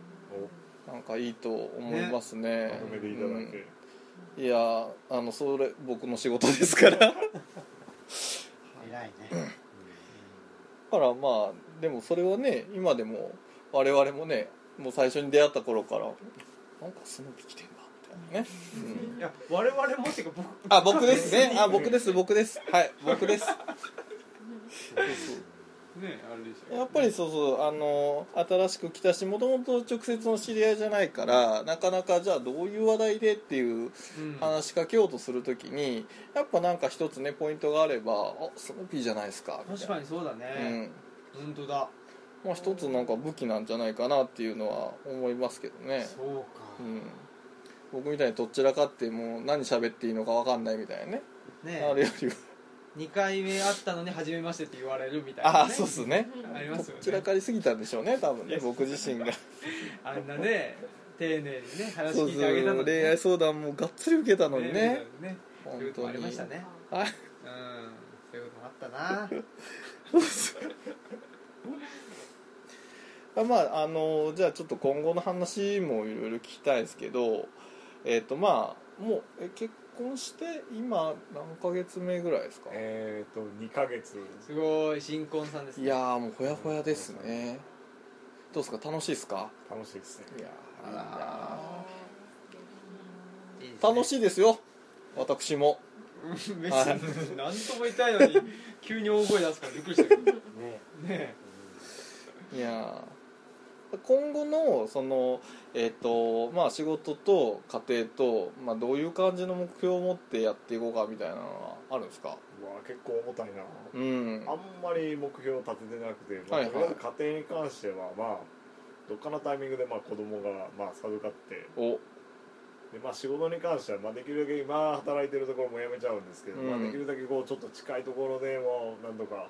[SPEAKER 1] なんかいいと思いますね
[SPEAKER 5] すお褒めていただいて、
[SPEAKER 1] うんいやあのそれ僕の仕事ですから
[SPEAKER 2] 偉いね
[SPEAKER 1] だからまあでもそれはね今でも我々もねもう最初に出会った頃からなんかスヌーピー来てんなみたいなね、うん
[SPEAKER 2] いや我々もっていうか僕
[SPEAKER 1] あ僕です ねあ僕です僕ですはい僕です
[SPEAKER 2] ねあれでしょ
[SPEAKER 1] やっぱりそうそうあの新しく来たしもともと直接の知り合いじゃないからなかなかじゃあどういう話題でっていう
[SPEAKER 2] うん
[SPEAKER 1] 話しかけようとするときにやっぱなんか一つねポイントがあればあスヌーピーじゃないですかみた
[SPEAKER 2] 確
[SPEAKER 1] いな
[SPEAKER 2] かにそうだ
[SPEAKER 1] う
[SPEAKER 2] ね
[SPEAKER 1] ん
[SPEAKER 2] 本当だ
[SPEAKER 1] まあ、一つなんか武器なんじゃないかなっていうのは思いますけどね、
[SPEAKER 2] そう
[SPEAKER 1] う
[SPEAKER 2] か
[SPEAKER 1] ん、僕みたいにどちらかってもう何喋っていいのか分かんないみたいなね、
[SPEAKER 2] ね
[SPEAKER 1] あるよりは
[SPEAKER 2] 2回目会ったのに初めましてって言われるみたいなね
[SPEAKER 1] ああそうっすね
[SPEAKER 2] あり
[SPEAKER 1] ど
[SPEAKER 2] ますよ
[SPEAKER 1] ちら
[SPEAKER 2] ね
[SPEAKER 1] かりすぎたんでしょうね多分ね僕自身が
[SPEAKER 2] あんなね丁寧にね話
[SPEAKER 1] そう
[SPEAKER 2] 聞いてあげたの
[SPEAKER 1] そう
[SPEAKER 2] に
[SPEAKER 1] 恋愛相談もがっつり受けたのにね
[SPEAKER 2] ね
[SPEAKER 1] 本
[SPEAKER 2] そういうこと
[SPEAKER 1] 当
[SPEAKER 2] もありま
[SPEAKER 1] に
[SPEAKER 2] したね
[SPEAKER 1] はい
[SPEAKER 2] うんそういうこともあったな
[SPEAKER 1] あまああのじゃあちょっと今後の話もいろいろ聞きたいですけどえっ、とまあもうえ結婚して今何ヶ月目ぐらいですか、
[SPEAKER 5] えっ、と2ヶ月
[SPEAKER 2] すごい新婚さんですね
[SPEAKER 1] いやーもうほやほやですねどうですか楽しいですか
[SPEAKER 5] 楽しいですね
[SPEAKER 1] いや
[SPEAKER 2] あらいいですね
[SPEAKER 1] 楽しいですよ私も
[SPEAKER 2] 別に何とも言いたいのに急に大声出すからびっくりしたけどねえ
[SPEAKER 1] いやー今後のその、えっとまあ、仕事と家庭と、まあ、どういう感じの目標を持ってやっていこうかみたいなのはあるんですか
[SPEAKER 5] うわ結構重たいな
[SPEAKER 1] うん
[SPEAKER 5] あんまり目標を立ててなくて、まあ
[SPEAKER 1] はいはい
[SPEAKER 5] とりあえず家庭に関してはまあどっかのタイミングでまあ子供がまあ授かって
[SPEAKER 1] お
[SPEAKER 5] でまあ、仕事に関しては、まあ、できるだけ今働いてるところもやめちゃうんですけど、
[SPEAKER 1] うん
[SPEAKER 5] まあ、できるだけこうちょっと近いところでもう何とか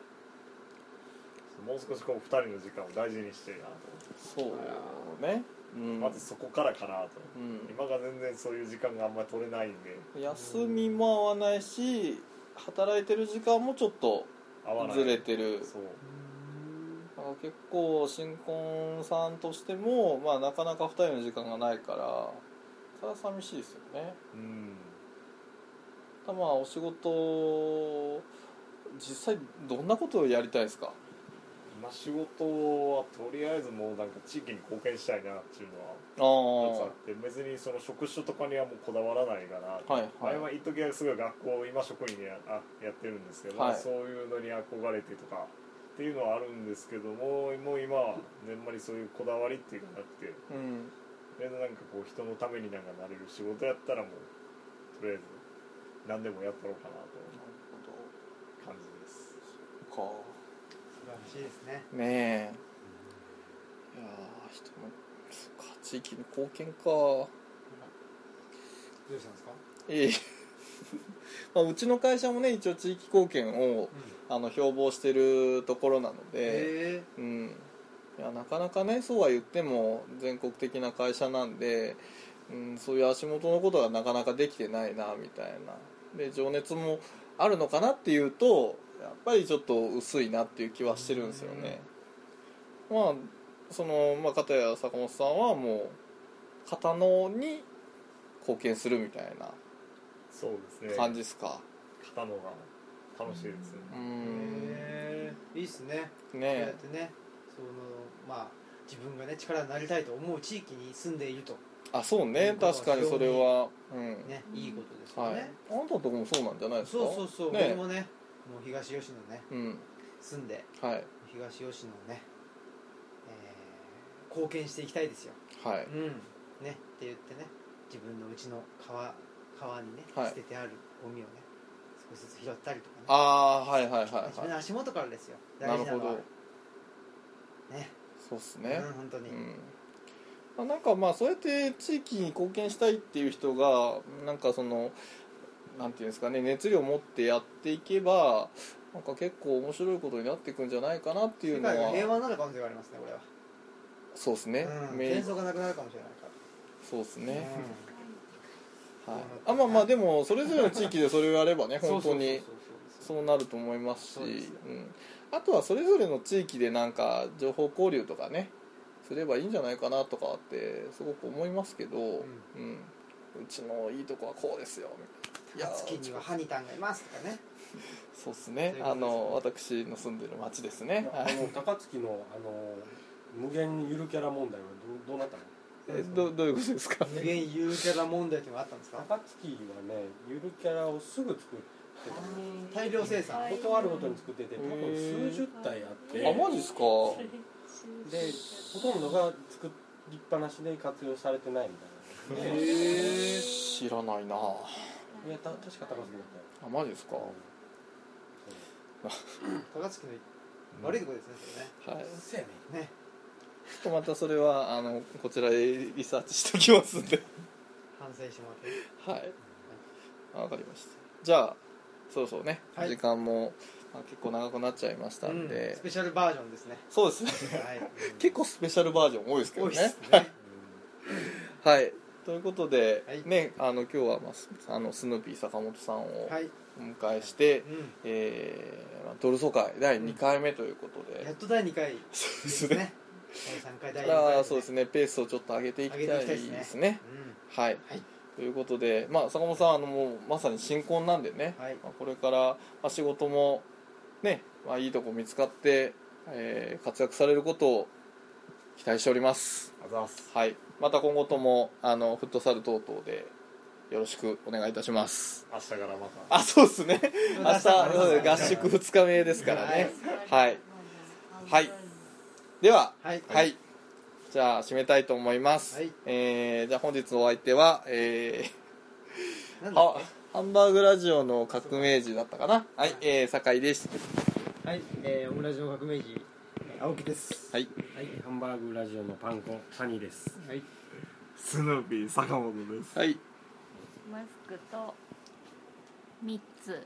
[SPEAKER 5] もう少しこう2人の時間を大事にしてるなと
[SPEAKER 1] そうねうん
[SPEAKER 5] 思ってまずそこからかなと
[SPEAKER 1] うん
[SPEAKER 5] 今が全然そういう時間があんまり取れないんで
[SPEAKER 1] 休みも合わないし働いてる時間もちょっと
[SPEAKER 5] 合わない
[SPEAKER 1] ずれてる
[SPEAKER 5] そう
[SPEAKER 1] だから結構新婚さんとしても、まあ、なかなか2人の時間がないからそれは寂しいですよね
[SPEAKER 5] うん
[SPEAKER 1] ただまあお仕事実際どんなことをやりたいですか
[SPEAKER 5] 今仕事はとりあえずもうなんか地域に貢献したいなっていうの
[SPEAKER 1] ああ
[SPEAKER 5] は一つあって別にその職種とかにはもうこだわらないかなと、
[SPEAKER 1] はいはい
[SPEAKER 5] 前は一時はすごい学校今職員でやあやってるんですけど、
[SPEAKER 1] はい
[SPEAKER 5] まあそういうのに憧れてとかっていうのはあるんですけどももう今はあんまりそういうこだわりっていうのがなくて
[SPEAKER 1] うん
[SPEAKER 5] とりあえずなんかこう人のためになんかなれる仕事やったらもうとりあえず何でもやったろうかなと
[SPEAKER 1] なる
[SPEAKER 5] いう感じです
[SPEAKER 1] ほどか
[SPEAKER 2] 晴らしいですね
[SPEAKER 1] ねえいやー人もそっか地域に貢献か
[SPEAKER 2] どうしたんですか
[SPEAKER 1] ええ まあ、うちの会社もね一応地域貢献を、あの標榜してるところなので、
[SPEAKER 2] え
[SPEAKER 1] うん、いやなかなかねそうは言っても全国的な会社なんで、うん、そういう足元のことがなかなかできてないなみたいなで情熱もあるのかなっていうとやっぱりちょっと薄いなっていう気はしてるんですよね、まあその、まあ、片や坂本さんはもう片野に貢献するみたいな
[SPEAKER 5] そうですね
[SPEAKER 1] 感じですか、
[SPEAKER 5] 片のが楽しいですね
[SPEAKER 1] う
[SPEAKER 2] ー
[SPEAKER 1] んね
[SPEAKER 2] えーいいっすねこうやっ
[SPEAKER 1] え
[SPEAKER 2] てねそのまあ自分がね力になりたいと思う地域に住んでいると
[SPEAKER 1] あそうね確かにそれはうん、
[SPEAKER 2] ねいいことですよ
[SPEAKER 1] はい、
[SPEAKER 2] ね、
[SPEAKER 1] あんたとこもそうなんじゃないですか
[SPEAKER 2] そうそうそう、
[SPEAKER 1] ね
[SPEAKER 2] 僕もねもう東吉野ね
[SPEAKER 1] うん
[SPEAKER 2] 住んで
[SPEAKER 1] はい
[SPEAKER 2] 東吉野をね、えー貢献していきたいですよ
[SPEAKER 1] はい
[SPEAKER 2] うんねって言ってね自分のうちの川川にね、
[SPEAKER 1] はい
[SPEAKER 2] 捨ててあるゴミをね少しずつ拾ったりとかね
[SPEAKER 1] ああはいはいはい
[SPEAKER 2] 自分
[SPEAKER 1] は
[SPEAKER 2] の足元からですよ
[SPEAKER 1] いな
[SPEAKER 2] 大
[SPEAKER 1] る
[SPEAKER 2] 事な
[SPEAKER 1] ほ
[SPEAKER 2] のは
[SPEAKER 1] ど
[SPEAKER 2] ね
[SPEAKER 1] そうっすね
[SPEAKER 2] うん、本当
[SPEAKER 1] う
[SPEAKER 2] に、
[SPEAKER 1] ん、まあ、なんかまあそうやって地域に貢献したいっていう人がなんかそのなんていうんですかね熱量を持ってやっていけばなんか結構面白いことになっていくんじゃないかなっていう
[SPEAKER 2] 世
[SPEAKER 1] のは
[SPEAKER 2] 界が平和になる可能性がありますねこれは、
[SPEAKER 1] そうですね、
[SPEAKER 2] うん、
[SPEAKER 1] め
[SPEAKER 2] 戦争がなくなるかもしれないから
[SPEAKER 1] そうですね、はい
[SPEAKER 2] そうなって、る
[SPEAKER 1] あまあまあでもそれぞれの地域でそれをやればね本当に
[SPEAKER 2] そうそうそうそう
[SPEAKER 1] そうなると思いますし
[SPEAKER 2] そうですよ
[SPEAKER 1] うん、あとはそれぞれの地域でなんか情報交流とかねすればいいんじゃないかなとかってすごく思いますけど、うんうちのいいとこはこうですよみたいな
[SPEAKER 2] 高槻にはハニタンがいますとかね
[SPEAKER 1] そうですね
[SPEAKER 2] ということです
[SPEAKER 1] あ
[SPEAKER 2] ね
[SPEAKER 1] の私の住んでる町ですね、
[SPEAKER 4] あの高槻のあの無限ゆるキャラ問題はどうどうなったの
[SPEAKER 1] えどどういうことですか
[SPEAKER 2] 無限ゆるキャラ問題っていうのがあったんですか
[SPEAKER 4] 高槻はねゆるキャラをすぐ作って
[SPEAKER 2] 大量生産
[SPEAKER 4] たことあるごとに作ってて多分数十体あって
[SPEAKER 7] へ
[SPEAKER 1] あ
[SPEAKER 7] ー
[SPEAKER 1] マジっすか
[SPEAKER 4] でほとんどが作りっぱなしで活用されてないみたいなで
[SPEAKER 7] へー
[SPEAKER 1] 知らないなあ
[SPEAKER 4] いやた確か高槻だったよ
[SPEAKER 1] マジですか、は
[SPEAKER 2] 高槻の悪いとこですね
[SPEAKER 1] い
[SPEAKER 4] そうやね
[SPEAKER 2] それねね
[SPEAKER 1] ちょっとまたそれはあのこちらでリサーチしておきますんで
[SPEAKER 2] 反省してもらって
[SPEAKER 1] はいわかりましたじゃあそろそろね、
[SPEAKER 2] はい
[SPEAKER 1] 時間も、まあ、結構長くなっちゃいましたん
[SPEAKER 2] うん
[SPEAKER 1] で
[SPEAKER 2] ス、ペシャルバージョンですね
[SPEAKER 1] そうですね
[SPEAKER 2] はい
[SPEAKER 1] 結構スペシャルバージョン多いですけ
[SPEAKER 2] 多
[SPEAKER 1] ど
[SPEAKER 2] いで
[SPEAKER 1] ね
[SPEAKER 2] すね
[SPEAKER 1] はいということで、
[SPEAKER 2] はい
[SPEAKER 1] ねあの今日は、まあす、あのスヌーピー坂本さんを
[SPEAKER 2] はい、
[SPEAKER 1] お迎えして、
[SPEAKER 2] う
[SPEAKER 1] えーまあドル総会第2回目ということ
[SPEAKER 2] ん、
[SPEAKER 1] で、
[SPEAKER 2] やっと第2回で
[SPEAKER 1] そうです
[SPEAKER 2] す
[SPEAKER 1] ね
[SPEAKER 2] ね第3回
[SPEAKER 1] だ
[SPEAKER 2] 第
[SPEAKER 1] か
[SPEAKER 2] 4回、
[SPEAKER 1] らそうですねペースをちょっと上げていきたい
[SPEAKER 2] 上げていきたい
[SPEAKER 1] で
[SPEAKER 2] ですす
[SPEAKER 1] ねはい、
[SPEAKER 2] はい
[SPEAKER 1] ということで、まあ、坂本さんあのもうまさに新婚なんでね、
[SPEAKER 2] はい
[SPEAKER 1] まあこれから、まあ仕事も、ねまあ、いいとこ見つかって、えー活躍されることを期待しております、
[SPEAKER 5] あざます
[SPEAKER 1] はい、また今後ともあのフットサル等々でよろしくお願いいたします
[SPEAKER 5] 明日からまた
[SPEAKER 1] あそうです ね明日そうです合宿
[SPEAKER 2] うん
[SPEAKER 1] 2日目ですからねはいはいでは
[SPEAKER 2] はい
[SPEAKER 1] はい、じゃあ締めたいと思います、
[SPEAKER 2] はい
[SPEAKER 1] えーじゃあ本日のお相手は、えー
[SPEAKER 2] なんだっ
[SPEAKER 1] はハンバーグラジオの革命児だったかなはい、えー、酒井です
[SPEAKER 2] けはい、えー、オムラジの革命児えー青木です
[SPEAKER 1] はい
[SPEAKER 2] はい
[SPEAKER 4] ハンバーグラジオのパン粉サニーです
[SPEAKER 2] はい
[SPEAKER 5] スヌーピー坂本です
[SPEAKER 1] はい
[SPEAKER 7] マスクと
[SPEAKER 6] 三つ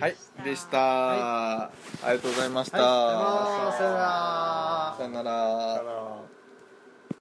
[SPEAKER 1] はいでした、ありがとうございました、
[SPEAKER 2] はい、さよならさよなら
[SPEAKER 1] さよなら
[SPEAKER 5] だから